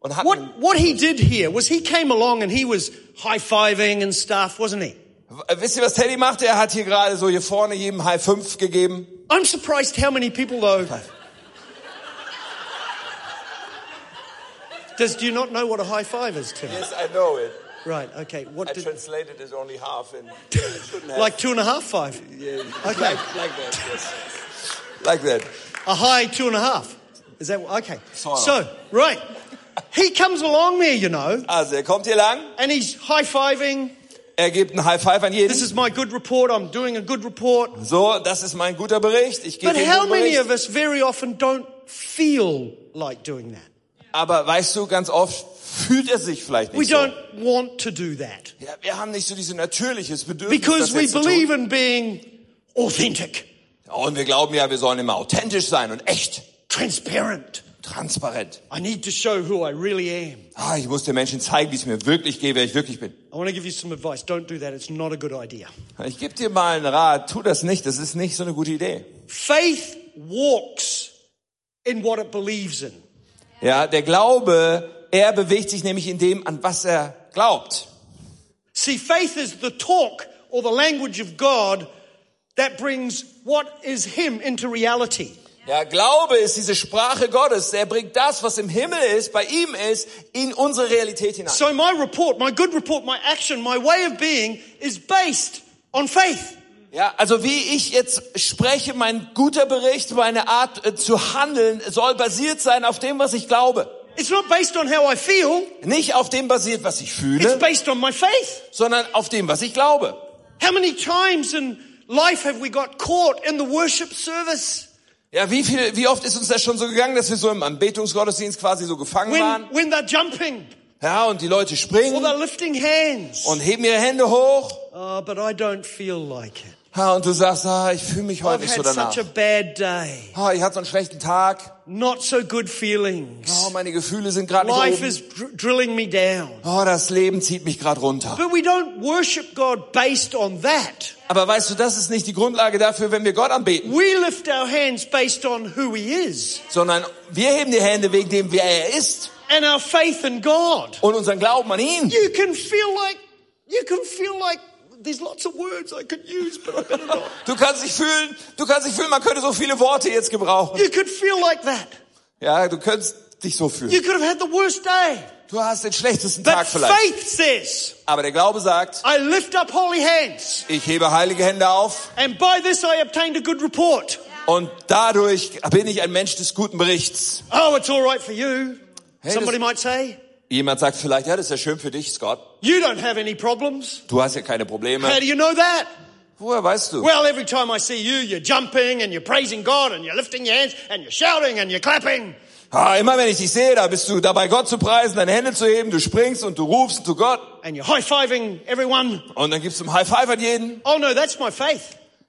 S2: Und hatten-
S3: what, what he did here was he came along and he was high-fiving and stuff, wasn't he?
S2: W- Wisst ihr, was Teddy macht? Er hat hier gerade so hier vorne jedem High 5 gegeben.
S3: I'm surprised how many people though. Does do you not know what a high five is, Tim?
S2: Yes, I know it.
S3: Right. Okay. What did,
S2: translated it only half <laughs> and
S3: like two and a half five? Okay.
S2: like that. Yes. Like that.
S3: A high two and a half. Is that okay?
S2: Sort of.
S3: So right, he comes along there, you know,
S2: Also, er kommt hier lang,
S3: and he's high fiving.
S2: er gibt ein High Five an jeden.
S3: This is my good report. I'm doing a good report.
S2: So, das ist mein guter Bericht. Ich gebe
S3: But
S2: dir
S3: how
S2: einen guten
S3: many
S2: Bericht.
S3: of us very often don't feel like doing that?
S2: Aber weißt du, ganz oft fühlt er sich vielleicht
S3: We
S2: nicht so.
S3: don't want to do that
S2: Ja, wir haben nicht so dieses natürliches Bedürfnis.
S3: because
S2: das
S3: we
S2: jetzt zu tun.
S3: believe in being authentic.
S2: Und wir glauben ja, wir sollen immer authentisch sein und echt,
S3: transparent.
S2: transparent.
S3: I need to show who I really am.
S2: Ah, ich muss den Menschen zeigen, wie es mir wirklich geht, wer ich wirklich bin.
S3: I want to give you some advice. Don't do that. It's not a good idea.
S2: Ich gebe dir mal einen Rat, tu das nicht, das ist nicht so eine gute Idee.
S3: Faith walks in what it believes in.
S2: Ja, der Glaube, er bewegt sich nämlich in dem, an was er glaubt.
S3: See, faith is the talk or the language of God that brings what is Him into reality.
S2: Ja, Glaube ist diese Sprache Gottes. Er bringt das, was im Himmel ist, bei ihm ist, in unsere Realität hinein.
S3: So, my report, my good report, my action, my way of being is based on faith.
S2: Ja, also wie ich jetzt spreche, mein guter Bericht, meine Art äh, zu handeln, soll basiert sein auf dem, was ich glaube.
S3: It's not based on how I feel,
S2: Nicht auf dem basiert, was ich
S3: it's
S2: fühle,
S3: based on my faith.
S2: sondern auf dem, was ich glaube.
S3: How many times in life have we got caught in the worship service
S2: Ja, wie viel, wie oft ist uns das schon so gegangen, dass wir so im Anbetungsgottesdienst quasi so gefangen
S3: when,
S2: waren?
S3: when they're jumping
S2: Ja, und die Leute
S3: or
S2: springen
S3: they're lifting hands?
S2: und heben ihre Hände hoch.
S3: Oh, but I don't feel like it.
S2: Ja, und du sagst, ah, ich fühle mich
S3: I've
S2: heute nicht so
S3: had
S2: danach.
S3: such a bad day.
S2: Ah, ich hatte so einen schlechten Tag.
S3: Not so good feelings.
S2: Oh, meine Gefühle sind gerade nicht
S3: Life
S2: oben.
S3: is dr- drilling me down.
S2: Oh, das Leben zieht mich gerade runter.
S3: But we don't worship God based on that.
S2: Aber weißt du, das ist nicht die Grundlage dafür, wenn wir Gott anbeten,
S3: We lift our hands based on who He is
S2: sondern wir heben die Hände wegen dem, wer er ist
S3: and our faith in God.
S2: und unseren Glauben an ihn.
S3: You can feel like, you can feel like there's lots of words I could use, but I better not.
S2: Du kannst dich fühlen, du kannst dich fühlen, man könnte so viele Worte jetzt gebrauchen.
S3: You could feel like that.
S2: Ja, du könntest dich so fühlen.
S3: You could have had the worst day.
S2: Du hast den schlechtesten
S3: But
S2: Tag vielleicht.
S3: faith says,
S2: Aber der Glaube sagt,
S3: I lift up holy hands,
S2: ich hebe heilige Hände auf
S3: and by this I obtained a good report.
S2: und dadurch bin ich ein Mensch des guten Berichts.
S3: Oh, it's all right for you.
S2: Hey,
S3: Somebody
S2: das-
S3: might say,
S2: Jemand sagt vielleicht, ja, das ist ja schön für dich, Scott.
S3: You don't have any problems.
S2: Du hast ja keine
S3: How
S2: Probleme.
S3: do you know that?
S2: Woher weißt du?
S3: Well, every time I see you, you're jumping and you're praising God and you're lifting your hands and you're shouting and you're clapping.
S2: Ah, immer wenn ich dich sehe, da bist du dabei, Gott zu preisen, deine Hände zu heben, du springst und du rufst zu Gott
S3: And you're high fiving everyone.
S2: und dann gibst du einen High Five an jeden.
S3: Oh no, that's my faith.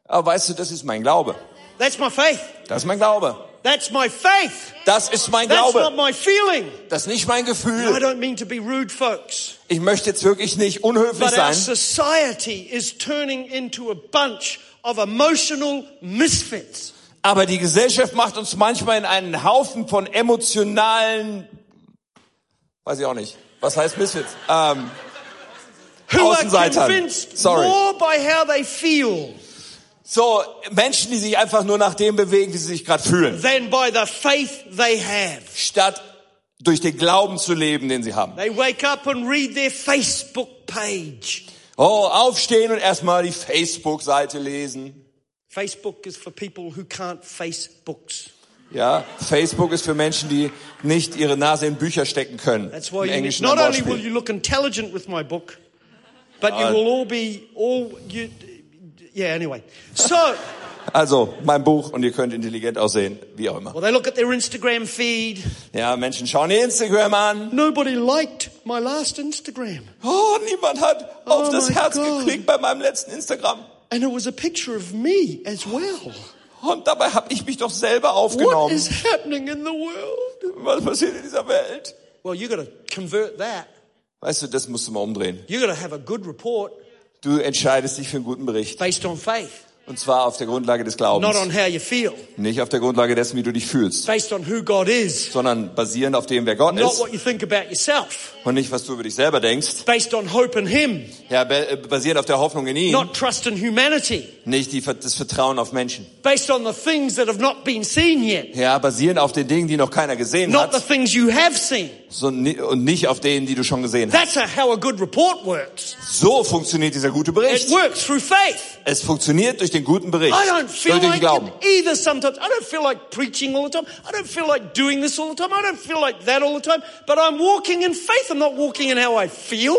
S2: Aber weißt du, das ist mein Glaube.
S3: That's my faith.
S2: Das ist mein Glaube.
S3: That's my faith.
S2: Das ist mein
S3: That's not
S2: Glaube.
S3: my feeling.
S2: Das ist nicht mein
S3: I
S2: Gefühl.
S3: don't mean to be rude, folks.
S2: Ich möchte jetzt wirklich nicht unhöflich
S3: But
S2: sein,
S3: our society is turning into a bunch of emotional misfits.
S2: aber die Gesellschaft macht uns manchmal in einen Haufen von emotionalen, weiß ich auch nicht, was heißt Misfits? Ähm,
S3: Who are
S2: Außenseitern.
S3: convinced
S2: Sorry.
S3: more by how they feel
S2: so Menschen, die sich einfach nur nach dem bewegen, wie sie sich gerade fühlen,
S3: than by the faith they have.
S2: statt durch den Glauben zu leben, den sie haben.
S3: They wake up and read their Facebook page.
S2: Oh, aufstehen und erstmal die Facebook-Seite lesen.
S3: Facebook is for people who can't face books.
S2: Ja, Facebook ist für Menschen, die nicht ihre Nase in Bücher stecken können.
S3: That's why
S2: Im
S3: you need,
S2: Englischen
S3: not
S2: ein
S3: only will
S2: Wortspiel.
S3: you look intelligent with my book, but you will all be all you. Yeah. Anyway, so
S2: Also, mein Buch und ihr könnt intelligent aussehen, wie auch immer.
S3: well, they look at their Instagram feed.
S2: Ja, Menschen schauen ihr Instagram an.
S3: Nobody liked my last Instagram,
S2: Oh, niemand hat auf
S3: Oh
S2: das
S3: my
S2: Herz
S3: God.
S2: geklickt bei meinem letzten Instagram.
S3: and it was a picture of me as well.
S2: Und dabei habe ich mich doch selber
S3: What
S2: aufgenommen.
S3: is happening in the world?
S2: Was passiert in dieser Welt?
S3: Well, you got to convert that.
S2: Weißt du, das musst du mal umdrehen.
S3: You got to have a good report
S2: Du entscheidest dich für einen guten Bericht.
S3: based on faith,
S2: Und zwar auf der Grundlage des
S3: not
S2: Glaubens.
S3: on how you feel,
S2: Nicht auf der Grundlage dessen, wie du dich fühlst,
S3: based on who God is,
S2: sondern basierend auf dem, wer Gott
S3: not
S2: ist
S3: what you think about yourself,
S2: und nicht, was du über dich selber denkst.
S3: based on hope in Him,
S2: Ja, be- äh, basierend auf der Hoffnung in ihn,
S3: not trust in humanity,
S2: nicht die, Ver- das Vertrauen auf Menschen.
S3: based on the things that have not been seen yet,
S2: Ja, basierend auf den Dingen, die noch keiner gesehen
S3: not the
S2: hat
S3: things you have seen.
S2: so, ni- und nicht auf denen, die du schon gesehen hast.
S3: That's a- how a good report works.
S2: So funktioniert dieser gute
S3: It
S2: Bericht.
S3: works through faith.
S2: Es funktioniert durch den guten Bericht,
S3: I don't feel
S2: durch den
S3: like
S2: Glauben.
S3: it either sometimes. I don't feel like preaching all the time. I don't feel like doing this all the time. I don't feel like that all the time. But I'm walking in faith. I'm not walking in how I feel.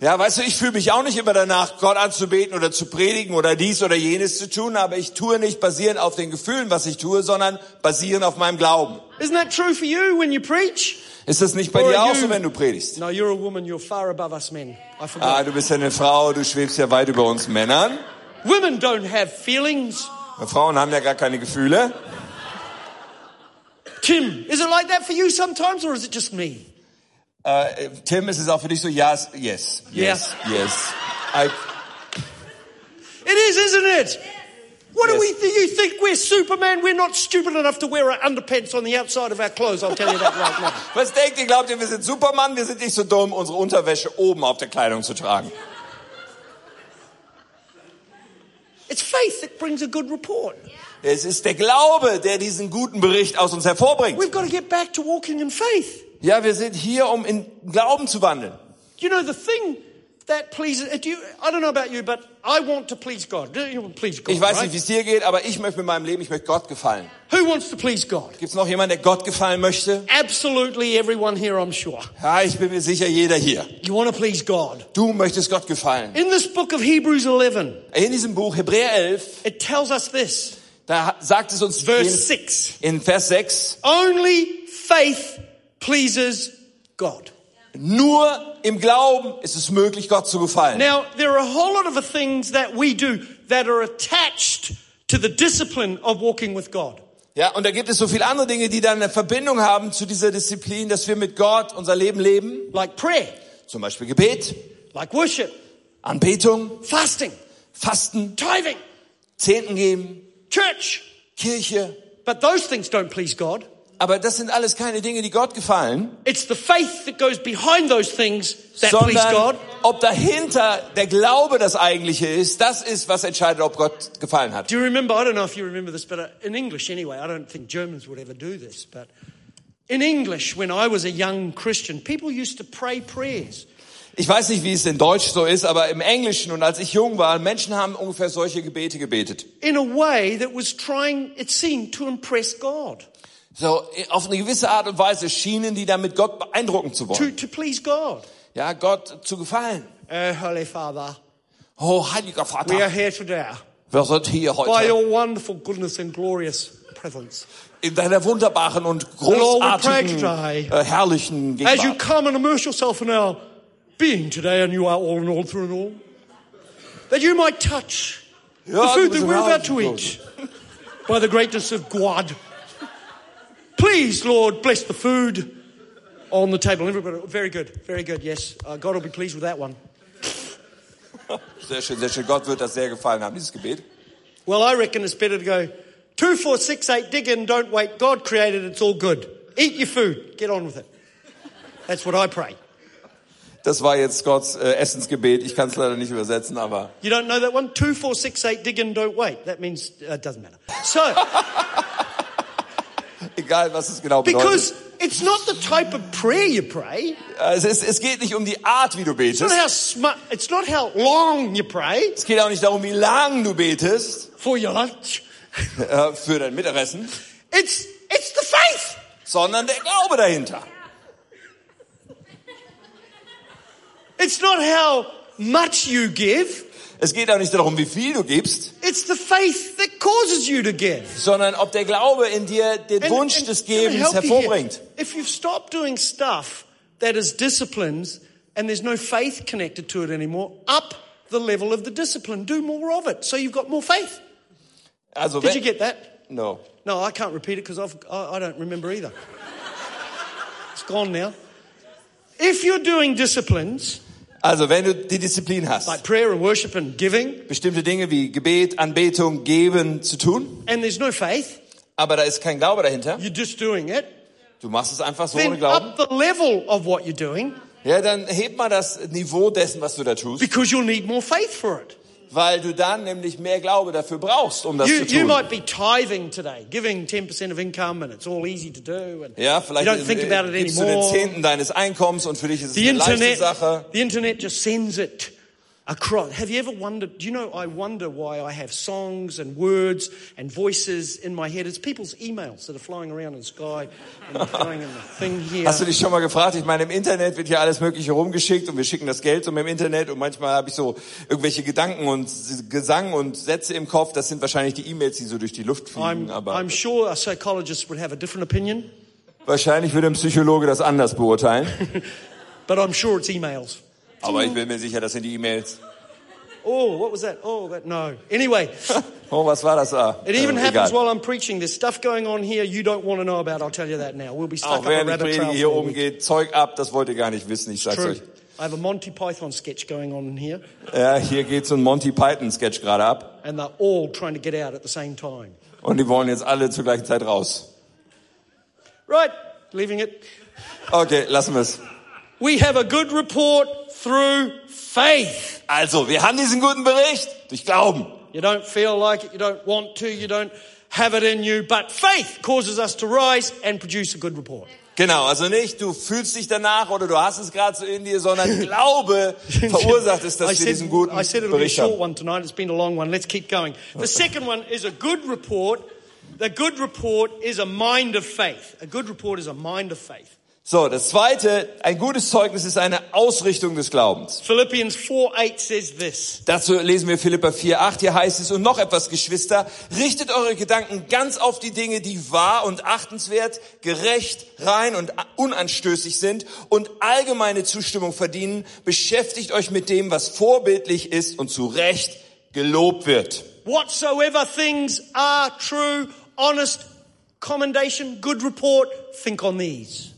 S2: Ja, weißt du, ich fühle mich auch nicht immer danach, Gott anzubeten oder zu predigen oder dies oder jenes zu tun, aber ich tue nicht basierend auf den Gefühlen, was ich tue, sondern basierend auf meinem Glauben.
S3: Isn't that true for you when you preach?
S2: Ist das nicht bei
S3: Or
S2: dir
S3: are
S2: auch so,
S3: you-
S2: wenn du predigst?
S3: No, you're a woman. You're far above us men. I
S2: Ah,
S3: forgot.
S2: du bist ja eine Frau, du schwebst ja weit über uns Männern.
S3: Women don't have feelings.
S2: Frauen haben ja gar keine Gefühle.
S3: Tim, is it like that for you sometimes, or is it just me?
S2: Äh, Tim, ist es auch für dich so? Ja, yes, yes, yes, yes. I,
S3: It is, isn't it? What do we?
S2: Yes.
S3: Th- you think we're Superman? We're not stupid enough to wear our underpants on the outside of our clothes. I'll tell you that right now.
S2: was denkt ihr? Glaubt ihr, wir sind Superman? Wir sind nicht so dumm, unsere Unterwäsche oben auf der Kleidung zu tragen.
S3: It's faith that brings a good report.
S2: Es ist der Glaube, der diesen guten Bericht aus uns hervorbringt.
S3: We've got to get back to walking in faith.
S2: Ja, wir sind hier, um in Glauben zu wandeln.
S3: You know, the thing that pleases, do you, I don't know about you, but I want to please God. Do you want to please God?
S2: Ich weiß
S3: right?
S2: nicht, wie es dir geht, aber ich möchte mit meinem Leben, ich möchte Gott gefallen.
S3: Who wants to please God?
S2: Gibt's noch jemanden, der Gott gefallen möchte?
S3: Absolutely everyone here, I'm sure.
S2: Ja, ich bin mir sicher, jeder hier.
S3: You want to please God.
S2: Du möchtest Gott gefallen.
S3: In this book of Hebrews 11,
S2: In diesem Buch Hebräer 11,
S3: it tells us this.
S2: da ha- sagt es uns
S3: Verse
S2: in,
S3: 6.
S2: in Vers 6,
S3: Only faith pleases God.
S2: nur im Glauben ist es möglich, Gott zu gefallen.
S3: Now, there are a whole lot of things that we do that are attached to the discipline of walking with God.
S2: Ja, und da gibt es so viele andere Dinge, die dann eine Verbindung haben zu dieser Disziplin, dass wir mit Gott unser Leben leben.
S3: Like prayer,
S2: Zum Beispiel Gebet,
S3: like worship,
S2: Anbetung,
S3: fasting,
S2: Fasten,
S3: tithing,
S2: Zehnten geben,
S3: church.
S2: Kirche,
S3: But those things don't please God.
S2: Aber das sind alles keine Dinge, die Gott gefallen,
S3: It's the faith that goes behind those things that please
S2: sondern
S3: God.
S2: ob dahinter der Glaube das eigentliche ist, das ist, was entscheidet, ob Gott gefallen hat.
S3: Do you remember? I don't know if you remember this, but uh, in English anyway, I don't think Germans would ever do this, but in English, when I was a young Christian, people used to pray prayers.
S2: Ich weiß nicht, wie es in Deutsch so ist, aber im Englischen und als ich jung war, Menschen haben ungefähr solche Gebete gebetet.
S3: In a way that was trying, it seemed, to impress God,
S2: So, auf eine gewisse Art und Weise schienen die damit Gott beeindrucken zu
S3: to,
S2: wollen.
S3: to please God.
S2: Ja, Gott zu gefallen.
S3: Oh, Holy Father,
S2: Oh, heiliger
S3: we are oh.
S2: Vater,
S3: here today
S2: wir sind hier
S3: by
S2: heute
S3: your wonderful goodness and glorious presence.
S2: in deiner wunderbaren und
S3: Lord, we pray
S2: großartigen,
S3: today.
S2: äh, herrlichen
S3: As you
S2: Gegenwart.
S3: come and immerse yourself in our being today, and you are all in all through and all, that you might touch the
S2: Ja,
S3: food
S2: du bist
S3: that we're
S2: im
S3: about
S2: Haus,
S3: to
S2: Gott.
S3: eat by the greatness of God. Please, Lord, bless the food on the table. Everybody, very good, very good. Yes, uh, God will be pleased with that one.
S2: Sehr schön, sehr schön. Gott wird das sehr gefallen haben, dieses Gebet.
S3: Well, I reckon it's better to go two, four, six, eight. Dig in, don't wait. God created it, it's all good. Eat your food. Get on with it. That's what I pray.
S2: Das war jetzt Gotts äh, Essensgebet. Ich kann es leider nicht übersetzen, aber
S3: You don't know that one? Two, four, six, eight, dig in, don't wait. That means uh, it doesn't matter. So,
S2: egal, was es genau bedeutet.
S3: because It's not the type of prayer you pray.
S2: Es, ist, es geht nicht um die Art, wie du
S3: It's
S2: betest.
S3: not how smart. It's not how long you pray
S2: Es geht auch nicht darum, wie lang du betest
S3: for your lunch.
S2: äh, für dein Mittagessen,
S3: It's it's the faith.
S2: sondern der Glaube dahinter.
S3: It's not how much you give.
S2: Es geht auch nicht darum, wie viel du gibst,
S3: It's the faith that causes you to give.
S2: sondern ob der Glaube in dir den
S3: And-
S2: Wunsch
S3: and
S2: des
S3: can I
S2: Gebens
S3: help you here?
S2: hervorbringt.
S3: If you've stopped doing stuff that is disciplines and there's no faith connected to it anymore, up the level of the discipline. Do more of it so you've got more faith.
S2: Also
S3: Did you
S2: wenn,
S3: get that?
S2: no.
S3: No, I can't repeat it because I, I don't remember either. It's gone now. If you're doing disciplines
S2: Also wenn du die Disziplin hast,
S3: like prayer and worship and giving,
S2: bestimmte Dinge wie Gebet, Anbetung, Geben zu tun,
S3: and there's no faith,
S2: aber da ist kein Glaube dahinter.
S3: you're just doing it,
S2: Du machst es einfach so ohne
S3: then
S2: Glauben.
S3: up the level of what you're doing
S2: Ja, dann heb mal das Niveau dessen, was du da tust,
S3: because you'll need more faith for it.
S2: weil du dann nämlich mehr Glaube dafür brauchst, um das
S3: You,
S2: zu
S3: you
S2: tun.
S3: might be tithing today, giving 10% of income, and it's all easy to do. And
S2: Ja,
S3: you
S2: vielleicht
S3: don't think
S2: äh,
S3: about it
S2: gibst du den
S3: anymore.
S2: Zehnten deines Einkommens und für dich ist es
S3: The
S2: eine leichte
S3: internet,
S2: Sache.
S3: the internet just sends it across. Have you ever wondered? Do you know, I wonder why I have songs and words and voices in my head. It's people's emails that are flying around in the sky and flying in the thing here.
S2: Hast du dich schon mal gefragt? Ich meine, im Internet wird ja alles Mögliche rumgeschickt und wir schicken das Geld um im Internet und manchmal habe ich so irgendwelche Gedanken und S- Gesang und Sätze im Kopf. Das sind wahrscheinlich die E-Mails, die so durch die Luft fliegen.
S3: I'm,
S2: aber
S3: I'm sure a psychologist would have a different opinion,
S2: wahrscheinlich würde ein Psychologe das anders
S3: <laughs>
S2: beurteilen.
S3: but I'm sure it's emails.
S2: aber ich bin mir sicher, das sind die E-Mails.
S3: Oh, what was that? Oh, that, no. Anyway,
S2: Oh, was war das da?
S3: it even
S2: Äh,
S3: happens
S2: egal.
S3: while I'm preaching. There's stuff going on here you don't want to know about. I'll tell you that now. We'll be stuck
S2: Auch
S3: up a
S2: während ich
S3: rabbit
S2: predige
S3: trail.
S2: hier
S3: for a week.
S2: umgeht, Zeug ab, das wollt ihr gar nicht wissen, ich sag's
S3: True.
S2: euch.
S3: I have a Monty Python sketch going on in here.
S2: Ja, hier geht so ein Monty Python Sketch gerade ab
S3: and they're all trying to get out at the same time.
S2: und die wollen jetzt alle zur gleichen Zeit raus.
S3: Right, leaving it.
S2: Okay, lassen wir's.
S3: We have a good report through faith.
S2: Also, wir haben diesen guten Bericht durch Glauben.
S3: You don't feel like it, you don't want to, you don't have it in you, but faith causes us to rise and produce a good report.
S2: Genau, also nicht, du fühlst dich danach oder du hast es gerade so in dir, <laughs> sondern Glaube verursacht es, dass
S3: I
S2: wir
S3: said,
S2: diesen guten
S3: I said it'll be a
S2: Bericht
S3: short
S2: haben.
S3: one tonight. It's been a long one. Let's keep going. The second one is a good report. The good report is a mind of faith. A good report is a mind of faith.
S2: So, das zweite, ein gutes Zeugnis ist eine Ausrichtung des Glaubens.
S3: Philippians 4 8 says this.
S2: Dazu lesen wir Philippa 4, 8, hier heißt es, und noch etwas, Geschwister, richtet eure Gedanken ganz auf die Dinge, die wahr und achtenswert, gerecht, rein und a- unanstößig sind und allgemeine Zustimmung verdienen. Beschäftigt euch mit dem, was vorbildlich ist und zu Recht gelobt wird.
S3: Whatsoever things are true, honest, commendation, good report, think on these.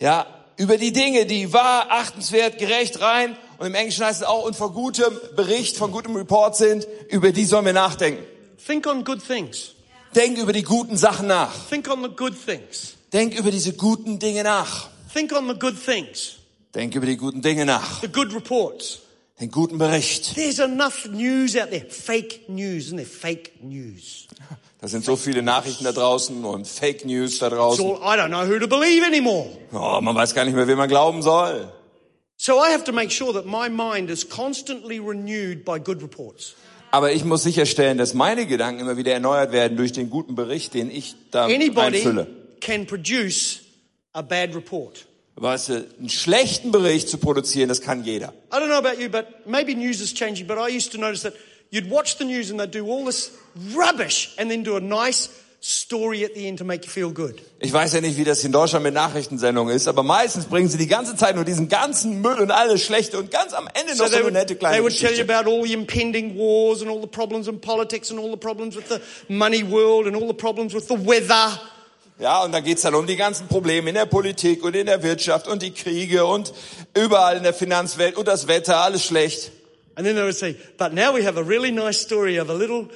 S2: Ja, über die Dinge, die wahr, achtenswert, gerecht, rein und im Englischen heißt es auch und von gutem Bericht, von gutem Report sind, über die sollen wir nachdenken.
S3: Think on good things.
S2: Denk über die guten Sachen nach.
S3: Think on the good things.
S2: Denk über diese guten Dinge nach.
S3: Think on the good things,
S2: Denk über die guten Dinge nach.
S3: the good reports.
S2: Den guten Bericht.
S3: There's enough news out there. Fake news, isn't there? Fake news.
S2: Da sind so viele Nachrichten da draußen und Fake News da
S3: It's
S2: draußen.
S3: all, I don't know who to believe anymore.
S2: Oh, man weiß gar nicht mehr, wem man glauben soll.
S3: So I have to make sure that my mind is constantly renewed by good reports.
S2: Aber ich muss sicherstellen, dass meine Gedanken immer wieder erneuert werden durch den guten Bericht, den ich da
S3: Anybody
S2: einfülle.
S3: can produce a bad report.
S2: Weißt du, einen schlechten Bericht zu produzieren, das kann jeder.
S3: I don't know about you, but maybe news is changing, but I used to notice that you'd watch the news and they'd do all this rubbish and then do a nice story at the end to make you feel good.
S2: Ich weiß ja nicht, wie das in Deutschland mit Nachrichtensendungen ist, aber meistens bringen sie die ganze Zeit nur diesen ganzen Müll und alles Schlechte und ganz am Ende noch so
S3: they
S2: eine
S3: would,
S2: nette
S3: they
S2: kleine
S3: would tell you
S2: Geschichte.
S3: about all the impending wars and all the problems in politics and all the problems with the money world and all the problems with the weather.
S2: Ja, und dann geht's dann um die ganzen Probleme in der Politik und in der Wirtschaft und die Kriege und überall in der Finanzwelt und das Wetter, alles schlecht.
S3: And then they would say, but now we have a really nice story of a little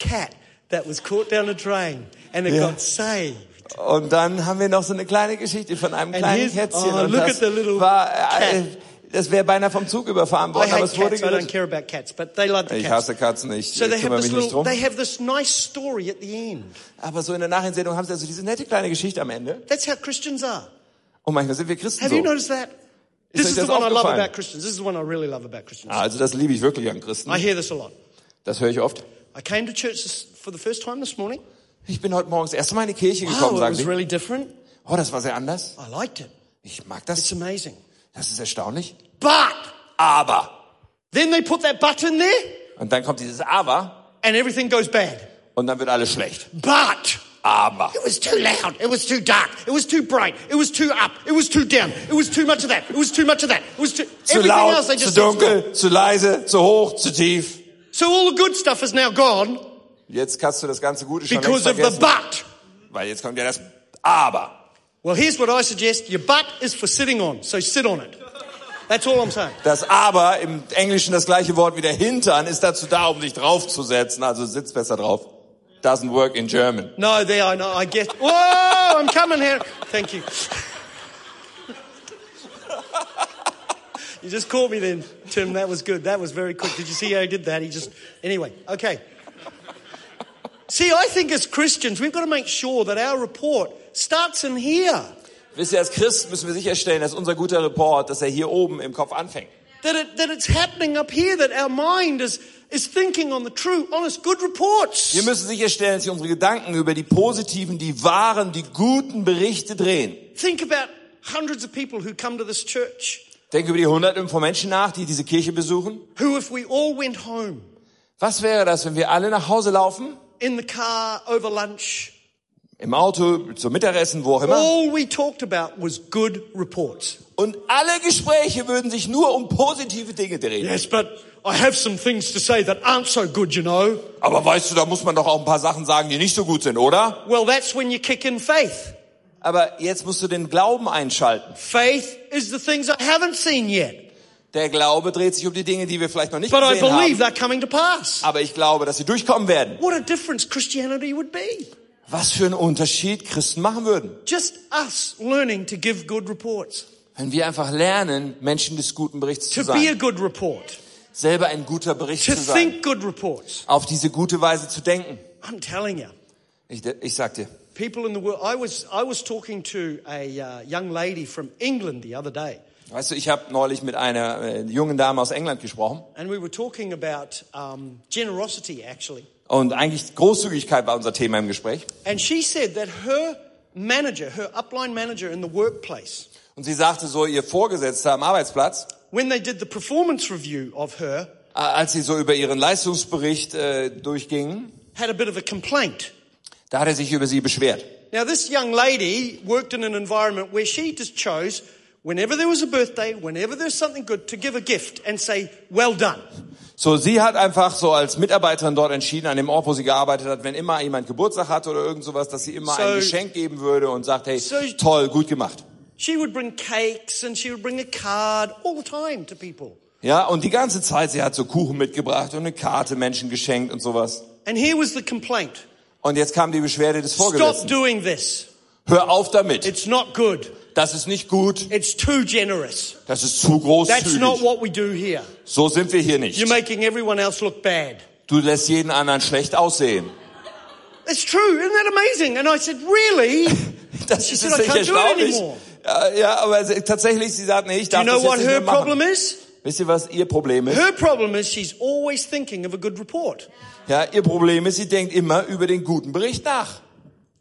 S3: cat that was caught down a drain and it
S2: Yeah.
S3: got saved.
S2: Und dann haben wir noch so eine kleine Geschichte von einem
S3: And
S2: kleinen
S3: here's-
S2: Kätzchen.
S3: oh,
S2: und
S3: look
S2: das
S3: at the little
S2: war, äh,
S3: cat.
S2: das wäre beinahe vom Zug überfahren
S3: I
S2: worden, aber
S3: hate
S2: es wurde
S3: cats. I don't
S2: gerettet.
S3: care about cats, but they like the
S2: Ich
S3: cats.
S2: hasse Katzen, ich
S3: So they have
S2: kümmere
S3: this
S2: mich nicht
S3: little,
S2: drum.
S3: they have this nice story at the end.
S2: Aber so in der Nachrichtensendung haben sie also diese nette kleine Geschichte am Ende.
S3: That's how Christians are.
S2: Und manchmal sind wir Christen
S3: Have you
S2: so.
S3: noticed that?
S2: euch
S3: This is
S2: das
S3: the Ah. one I love
S2: aufgefallen?
S3: about Christians. This is the one I really love about Christians.
S2: Also das liebe ich wirklich an Christen.
S3: I hear this a lot.
S2: Das höre ich oft.
S3: I came to church this, for the first time this morning.
S2: Ich bin heute morgens erst mal in die Kirche gekommen,
S3: Wow, it
S2: sagen
S3: was
S2: sie.
S3: really different.
S2: Oh, das war sehr anders.
S3: I liked it.
S2: Ich mag
S3: It's
S2: das.
S3: amazing.
S2: Das ist erstaunlich.
S3: But
S2: Aber.
S3: then they put that but in there
S2: Und dann kommt dieses Aber
S3: and everything goes bad.
S2: und dann wird alles schlecht.
S3: But
S2: Aber.
S3: it was too loud. It was too dark. It was too bright. It was too up. It was too down. It was too much of that. It was too much of that. It was too
S2: Zu
S3: everything
S2: laut,
S3: else. They
S2: zu
S3: just
S2: dunkel, zu leise, zu hoch, zu tief.
S3: so all the good stuff is now gone
S2: Jetzt kannst du das ganze Gute schon längst
S3: because of the
S2: vergessen,
S3: but.
S2: weil jetzt kommt ja das Aber.
S3: Well, here's what I suggest. Your butt is for sitting on, so sit on it. That's all I'm saying.
S2: Das Aber, im Englischen das gleiche Wort wie der Hintern, ist dazu da, um dich draufzusetzen, also sitz besser drauf. Doesn't work in German.
S3: No, there, I know, I get. Whoa, I'm coming here. Thank you. You just caught me then, Tim. That was good. That was very quick. Did you see how he did that? He just. Anyway, okay. See, I think as Christians, we've got to make sure that our report starts in here,
S2: Wisst ihr, als Christ müssen wir sicherstellen, dass unser guter Report, dass er hier oben im Kopf anfängt.
S3: that, it, that it's happening up here, that our mind is, is thinking on the true, honest, good reports.
S2: Wir müssen sicherstellen, dass sich unsere Gedanken über die positiven, die wahren, die guten Berichte drehen.
S3: Think about hundreds of people who come to this church,
S2: Denk über die Hunderten von Menschen nach, die diese Kirche besuchen.
S3: who, if we all went home
S2: Was wäre das, wenn wir alle nach Hause laufen?
S3: in the car over lunch,
S2: Im Auto, zum Mittagessen, wo auch immer.
S3: all we talked about was good reports.
S2: Und alle Gespräche würden sich nur um positive Dinge drehen.
S3: Yes, but I have some things to say that aren't so good, you know.
S2: Aber weißt du, da muss man doch auch ein paar Sachen sagen, die nicht so gut sind, oder?
S3: Well, that's when you kick in faith.
S2: Aber jetzt musst du den Glauben einschalten.
S3: Faith is the things I haven't seen yet,
S2: Der Glaube dreht sich um die Dinge, die wir vielleicht noch nicht
S3: but I
S2: gesehen
S3: believe
S2: haben.
S3: they're coming to pass.
S2: Aber ich glaube, dass sie durchkommen werden.
S3: What a difference Christianity would be.
S2: Was für einen Unterschied Christen machen würden,
S3: Just us learning to give good reports,
S2: wenn wir einfach lernen, Menschen des guten Berichts zu
S3: to be a
S2: sein,
S3: good report,
S2: selber ein guter Bericht
S3: to
S2: zu sein,
S3: think good reports.
S2: auf diese gute Weise zu denken.
S3: I'm telling you.
S2: Ich, ich sag dir,
S3: People in the world. I was I was talking to a uh, young lady from England the other day,
S2: weißt du, ich habe neulich mit einer äh, jungen Dame aus England gesprochen
S3: and we were talking about um, generosity actually.
S2: und eigentlich Großzügigkeit war unser Thema im Gespräch.
S3: And she said that her manager, her upline manager in the workplace,
S2: Und sie sagte so, ihr Vorgesetzter am Arbeitsplatz,
S3: when they did the performance review of her,
S2: äh, als sie so über ihren Leistungsbericht äh, durchgingen,
S3: had a bit of a complaint.
S2: da hat er sich über sie beschwert.
S3: Now this young lady worked in an environment where she just chose. Whenever there was a birthday, whenever there's something good, to give a gift and say, well done.
S2: So, sie hat einfach so als Mitarbeiterin dort entschieden, an dem Ort, wo sie gearbeitet hat, wenn immer jemand Geburtstag hatte oder irgend sowas, dass sie immer
S3: So-
S2: ein Geschenk geben würde und sagt, hey,
S3: So-
S2: toll, gut gemacht.
S3: She would bring cakes and she would bring a card all the time to people.
S2: Ja, und die ganze Zeit, sie hat so Kuchen mitgebracht und eine Karte Menschen geschenkt und sowas.
S3: And here was the complaint.
S2: Und jetzt kam die Beschwerde des
S3: Stop
S2: Vorgesetzten.
S3: doing this.
S2: Hör auf damit.
S3: It's not good.
S2: Das ist nicht gut.
S3: It's too generous.
S2: Das ist zu
S3: That's not
S2: großzügig.
S3: what we do here.
S2: So sind wir hier nicht.
S3: You're making everyone else look bad.
S2: Du lässt jeden anderen schlecht
S3: <laughs>
S2: aussehen.
S3: It's true. Isn't that amazing? And I said, <laughs> really?
S2: Das
S3: She
S2: ist
S3: said, "I
S2: nicht
S3: can't do it
S2: erstaunlich.
S3: anymore.
S2: Ja, ja, aber sie, tatsächlich, sie sagt, nee, ich
S3: Do you
S2: darf
S3: know
S2: das
S3: what
S2: jetzt nicht
S3: her
S2: mehr
S3: problem
S2: machen.
S3: is?
S2: Wisst ihr, was ihr Problem ist?
S3: Her problem is she's always thinking of a good report.
S2: Ja, ihr Problem ist, sie denkt immer über den guten Bericht nach.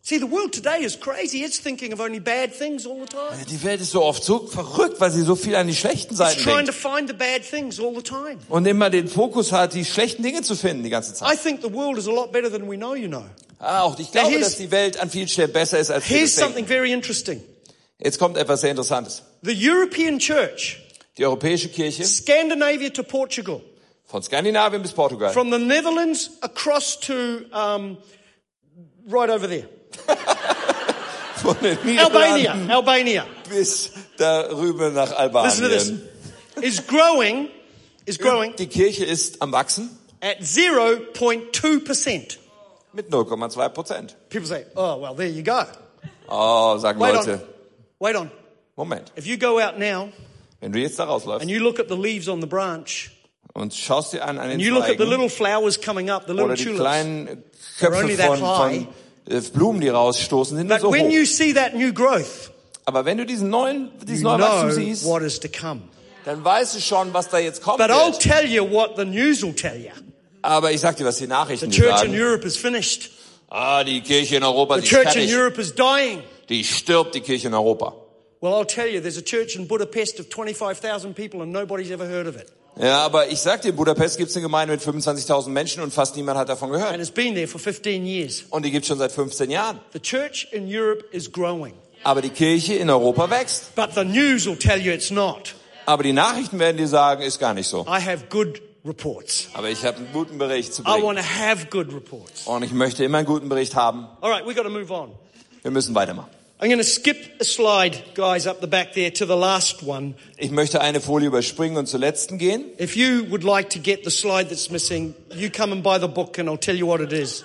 S3: See, the world today is crazy. It's thinking of only bad things all the time.
S2: Die Welt ist so oft so verrückt, weil sie so viel an die schlechten
S3: It's
S2: Seiten
S3: trying to
S2: denkt.
S3: find the bad things all the time.
S2: Und immer den Fokus hat, die schlechten Dinge zu finden die ganze Zeit.
S3: I think the world is a lot better than we know, you know.
S2: Ah, auch ich
S3: Now
S2: glaube,
S3: here's-
S2: dass die Welt an vielen Stellen besser ist, als wir
S3: Here's
S2: das denken.
S3: something very interesting.
S2: Jetzt kommt etwas sehr Interessantes.
S3: The European Church,
S2: Die europäische Kirche,
S3: Scandinavia to Portugal,
S2: von Skandinavien bis Portugal,
S3: from the Netherlands across to um, right over there,
S2: von den <laughs>
S3: Albania,
S2: Niederlanden
S3: Albania.
S2: bis darüber nach
S3: Listen to this.
S2: Albanien.
S3: Is growing, is growing
S2: Die Kirche ist am Wachsen
S3: at zero point two percent.
S2: mit 0,2 Prozent.
S3: People say, "Oh well, there you go."
S2: Oh, sagen
S3: Wait on,
S2: Leute.
S3: wait on.
S2: Moment.
S3: If you go out now
S2: Wenn du jetzt da rausläufst
S3: and you look at the leaves on the branch,
S2: und schaust dir an, an den
S3: and you look at the
S2: Zweigen,
S3: little flowers coming up, the little
S2: oder die
S3: tulips.
S2: kleinen
S3: They're
S2: Köpfe
S3: only that
S2: von, von äh, Blumen, die rausstoßen, sind nur
S3: But
S2: so
S3: when you
S2: hoch.
S3: see that new growth,
S2: Aber wenn du diesen neuen,
S3: you
S2: dieses neue Wachstum
S3: know
S2: siehst,
S3: what is to come.
S2: dann weißt du schon, was da jetzt kommt.
S3: But I'll
S2: Wird.
S3: tell you what the news will tell you.
S2: Aber ich sag dir, was die
S3: The
S2: Nachrichten dir
S3: church in
S2: sagen.
S3: Europe is finished.
S2: Ah, die Kirche in Europa,
S3: The
S2: die ist
S3: church in
S2: fertig.
S3: Europe is dying.
S2: Die stirbt, die Kirche in Europa.
S3: Well, I'll tell you, there's a church in Budapest of 25,000 people and nobody's ever heard of it.
S2: Ja, aber ich sag dir, in Budapest gibt's eine Gemeinde mit 25.000 Menschen und fast niemand hat davon
S3: And
S2: gehört.
S3: it's been there for 15 years.
S2: Und die gibt's schon seit 15 Jahren.
S3: The church in Europe is growing.
S2: Aber die Kirche in Europa wächst.
S3: But the news will tell you it's not.
S2: Aber die Nachrichten werden dir sagen, ist gar nicht so.
S3: I have good reports.
S2: Aber ich habe einen guten Bericht zu
S3: I
S2: bringen.
S3: want to have good reports.
S2: Und ich möchte immer einen guten Bericht haben.
S3: All right, we've got to move on.
S2: Wir müssen weitermachen.
S3: I'm going to skip a slide, guys, up the back there to the last one.
S2: Ich möchte eine Folie überspringen und zur letzten gehen.
S3: If you would like to get the slide that's missing, you come and buy the book and I'll tell you what it is.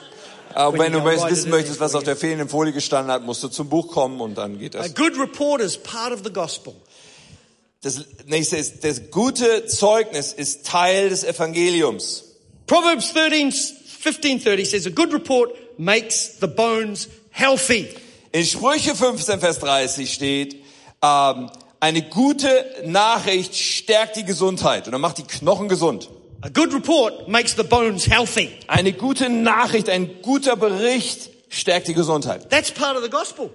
S2: Aber
S3: Bring
S2: wenn du
S3: down right
S2: wissen
S3: to the
S2: möchtest, was auf der fehlenden Folie gestanden hat, musst du zum Buch kommen und dann geht
S3: A
S2: das.
S3: good report is part of the gospel.
S2: Das nächste ist, das gute Zeugnis ist Teil des Evangeliums.
S3: Proverbs 13, 15, 30 says, a good report makes the bones healthy.
S2: In Sprüche 15, Vers 30 steht, ähm, eine gute Nachricht stärkt die Gesundheit oder macht die Knochen gesund.
S3: A good report makes the bones healthy.
S2: Eine gute Nachricht, ein guter Bericht stärkt die Gesundheit.
S3: That's part of the gospel.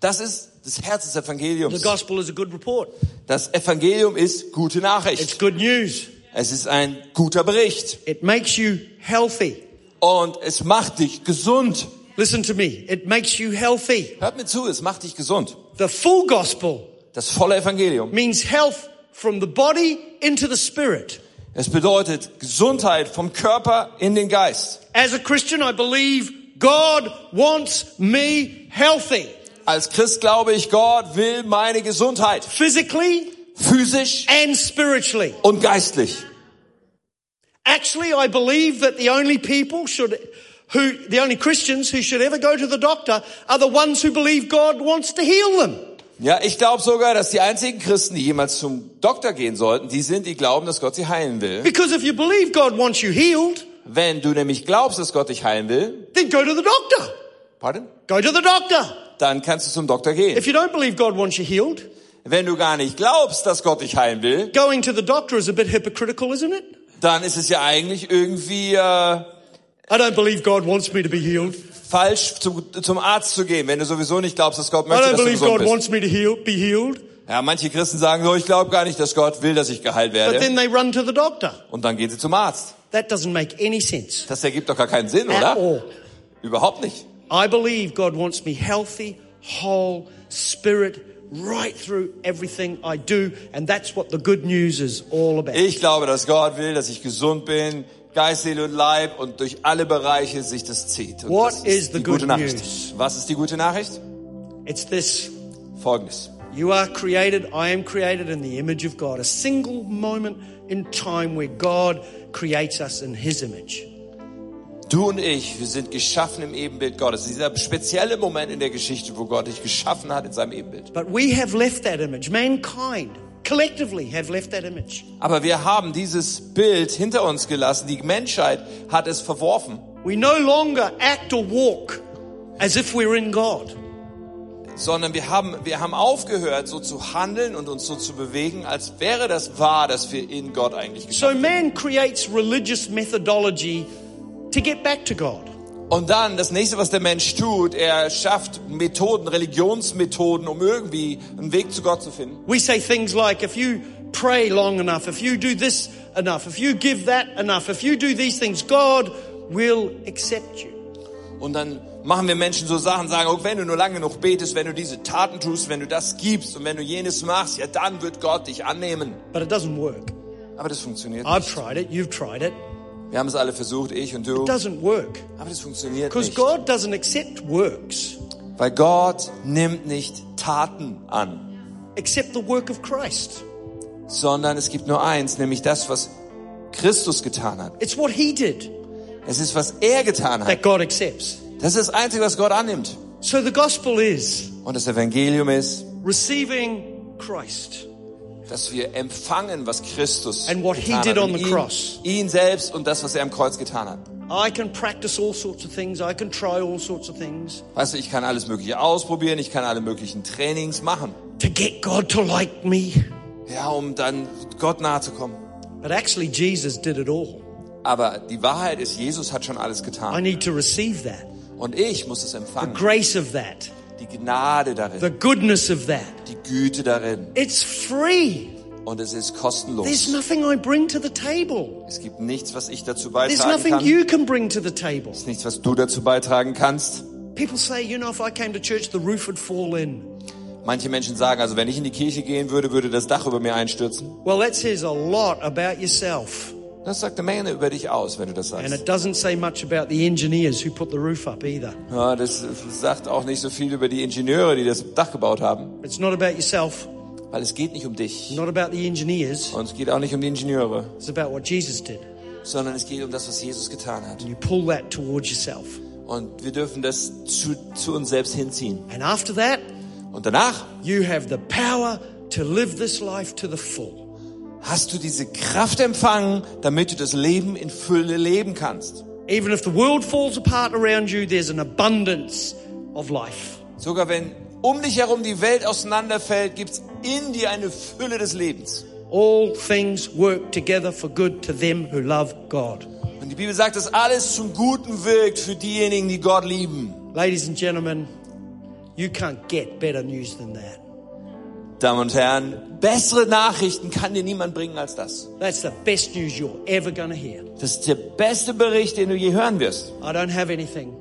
S2: Das ist das Herz des
S3: The
S2: Evangeliums.
S3: gospel is a good report.
S2: Das Evangelium ist gute
S3: It's
S2: Nachricht.
S3: good news.
S2: Es ist ein guter Bericht.
S3: It makes you healthy.
S2: Und es macht dich gesund.
S3: Listen to me. It makes you healthy.
S2: Hört mir zu, es macht dich gesund.
S3: The full gospel
S2: Das volle Evangelium.
S3: means health from the body into the spirit.
S2: Es bedeutet Gesundheit vom Körper in den Geist.
S3: As a Christian, I believe God wants me healthy
S2: Als Christ glaube ich, Gott will meine Gesundheit.
S3: physically
S2: Physisch
S3: and spiritually.
S2: und geistlich.
S3: Actually, I believe that the only people should who the only Christians who should ever go to the doctor are the ones who believe God wants to heal them.
S2: Ja, ich glaube sogar, dass die einzigen Christen, die jemals zum Doktor gehen sollten, die sind, die glauben, dass Gott sie heilen will.
S3: Because if you believe God wants you healed,
S2: Wenn du nämlich glaubst, dass Gott dich heilen will,
S3: then go to the doctor.
S2: pardon,
S3: Go to the doctor.
S2: dann kannst du zum Doktor gehen.
S3: If you don't believe God wants you healed,
S2: Wenn du gar nicht glaubst, dass Gott dich heilen will,
S3: going to the doctor is a bit hypocritical, isn't it?
S2: dann ist es ja eigentlich irgendwie äh,
S3: I don't believe God wants me to be healed.
S2: falsch, zum, zum Arzt zu gehen, wenn du sowieso nicht glaubst, dass Gott
S3: I
S2: möchte,
S3: don't
S2: dass du
S3: believe
S2: gesund
S3: God
S2: bist.
S3: wants me to heal, be healed.
S2: Ja, manche Christen sagen so, ich glaube gar nicht, dass Gott will, dass ich geheilt
S3: But
S2: werde.
S3: then they run to the doctor.
S2: Und dann gehen sie zum Arzt.
S3: That doesn't make any sense
S2: Das ergibt doch gar keinen Sinn, oder?
S3: at all.
S2: Überhaupt nicht.
S3: I believe God wants me healthy, whole, spirit, right through everything I do. And that's what the good news is all about.
S2: Ich glaube, dass Gott will, dass ich gesund bin, Geist, Seele und Leib und durch alle Bereiche sich das zieht. Und
S3: What
S2: das
S3: is the
S2: die gute
S3: good
S2: Nachricht.
S3: news?
S2: Was ist die gute Nachricht?
S3: It's this.
S2: Folgendes.
S3: You are created, I am created in the image of God. A single moment in time where God creates us in His image.
S2: Du und ich, wir sind geschaffen im Ebenbild Gottes. Dieser spezielle Moment in der Geschichte, wo Gott dich geschaffen hat in seinem Ebenbild.
S3: But we have left that image. Mankind collectively have left that image.
S2: Aber wir haben dieses Bild hinter uns gelassen. Die Menschheit hat es verworfen.
S3: We no longer act or walk as if we're in God.
S2: sondern wir haben, wir haben aufgehört, so zu handeln und uns so zu bewegen, als wäre das wahr, dass wir in Gott eigentlich
S3: So
S2: geschaffen
S3: man creates religious methodology to get back to God.
S2: sind. Und dann das nächste, was der Mensch tut, er schafft Methoden, Religionsmethoden, um irgendwie einen Weg zu Gott zu finden.
S3: We say things like, if you pray long enough, if you do this enough, if you give that enough, if you do these things, God will accept you.
S2: Und dann machen wir Menschen so Sachen, sagen, oh, wenn du nur lang genug betest, wenn du diese Taten tust, wenn du das gibst und wenn du jenes machst, ja, dann wird Gott dich annehmen.
S3: But it doesn't work.
S2: Aber das funktioniert
S3: I've
S2: nicht.
S3: tried it, you've tried it.
S2: Wir haben es alle versucht, ich und du.
S3: It doesn't work.
S2: Aber das funktioniert
S3: Because
S2: nicht.
S3: God doesn't accept works
S2: Weil Gott nimmt nicht Taten an.
S3: except the work of Christ.
S2: sondern es gibt nur eins, nämlich das, was Christus getan hat.
S3: It's what He did
S2: Es ist, was er getan hat.
S3: that God accepts.
S2: Das ist das Einzige, was Gott annimmt.
S3: So the gospel is
S2: Und das Evangelium ist,
S3: receiving Christ.
S2: dass wir empfangen, was Christus
S3: And what he
S2: getan
S3: did
S2: hat.
S3: on the
S2: ihn,
S3: cross.
S2: ihn selbst und das, was er am Kreuz getan hat.
S3: I can practice all sorts of things. I can try all sorts of things
S2: Weißt du, ich kann alles Mögliche ausprobieren, ich kann alle möglichen Trainings machen.
S3: to get God to like me.
S2: Ja, um dann Gott nahe zu kommen.
S3: But actually, Jesus did it all.
S2: Aber die Wahrheit ist, Jesus hat schon alles
S3: I
S2: getan.
S3: need to receive that,
S2: Und ich muss es
S3: the
S2: empfangen.
S3: grace of that,
S2: Die Gnade
S3: the
S2: darin,
S3: goodness of that.
S2: die Güte darin.
S3: It's free.
S2: Und es ist
S3: There's
S2: kostenlos.
S3: nothing I bring to the table.
S2: Es gibt nichts, was ich dazu
S3: There's
S2: beitragen
S3: nothing
S2: kann.
S3: you can bring to the table.
S2: Nichts, was du dazu beitragen kannst.
S3: People say, you know, if I came to church, the roof would fall in.
S2: Manche Menschen sagen, also wenn ich in die Kirche gehen würde, würde das Dach über mir einstürzen.
S3: Well, that says a lot about yourself.
S2: Das sagt eine Menge über dich aus, wenn du das
S3: And
S2: sagst.
S3: it doesn't say much about the engineers who put the roof up either.
S2: Ja, das sagt auch nicht so viel über die Ingenieure, die das Dach gebaut haben.
S3: It's not about yourself,
S2: Weil es geht nicht um dich.
S3: not about the engineers.
S2: Und es geht auch nicht um die Ingenieure.
S3: It's about what Jesus did.
S2: sondern es geht um das, was Jesus getan hat.
S3: You pull that towards yourself.
S2: Und wir dürfen das zu, zu uns selbst hinziehen.
S3: And after that,
S2: Und danach
S3: you have the power to live this life to the full.
S2: hast du diese Kraft empfangen, damit du das Leben in Fülle leben kannst.
S3: Even if the world falls apart around you, there's an abundance of life.
S2: Sogar wenn um dich herum die Welt auseinanderfällt, gibt's in dir eine Fülle des Lebens.
S3: All things work together for good to them who love God.
S2: Und die Bibel sagt, dass alles zum Guten wirkt für diejenigen, die Gott lieben.
S3: Ladies and gentlemen, you can't get better news than that.
S2: Damen und Herren, bessere Nachrichten kann dir niemand bringen als das.
S3: That's the best news you're ever going to hear.
S2: Das ist der beste Bericht, den du je hören wirst.
S3: I don't have anything.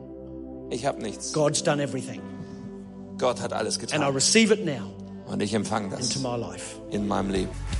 S2: Ich habe nichts.
S3: God's done everything.
S2: Gott hat alles
S3: And I
S2: getan.
S3: receive it now
S2: Und ich empfange das.
S3: into my life.
S2: in meinem Leben.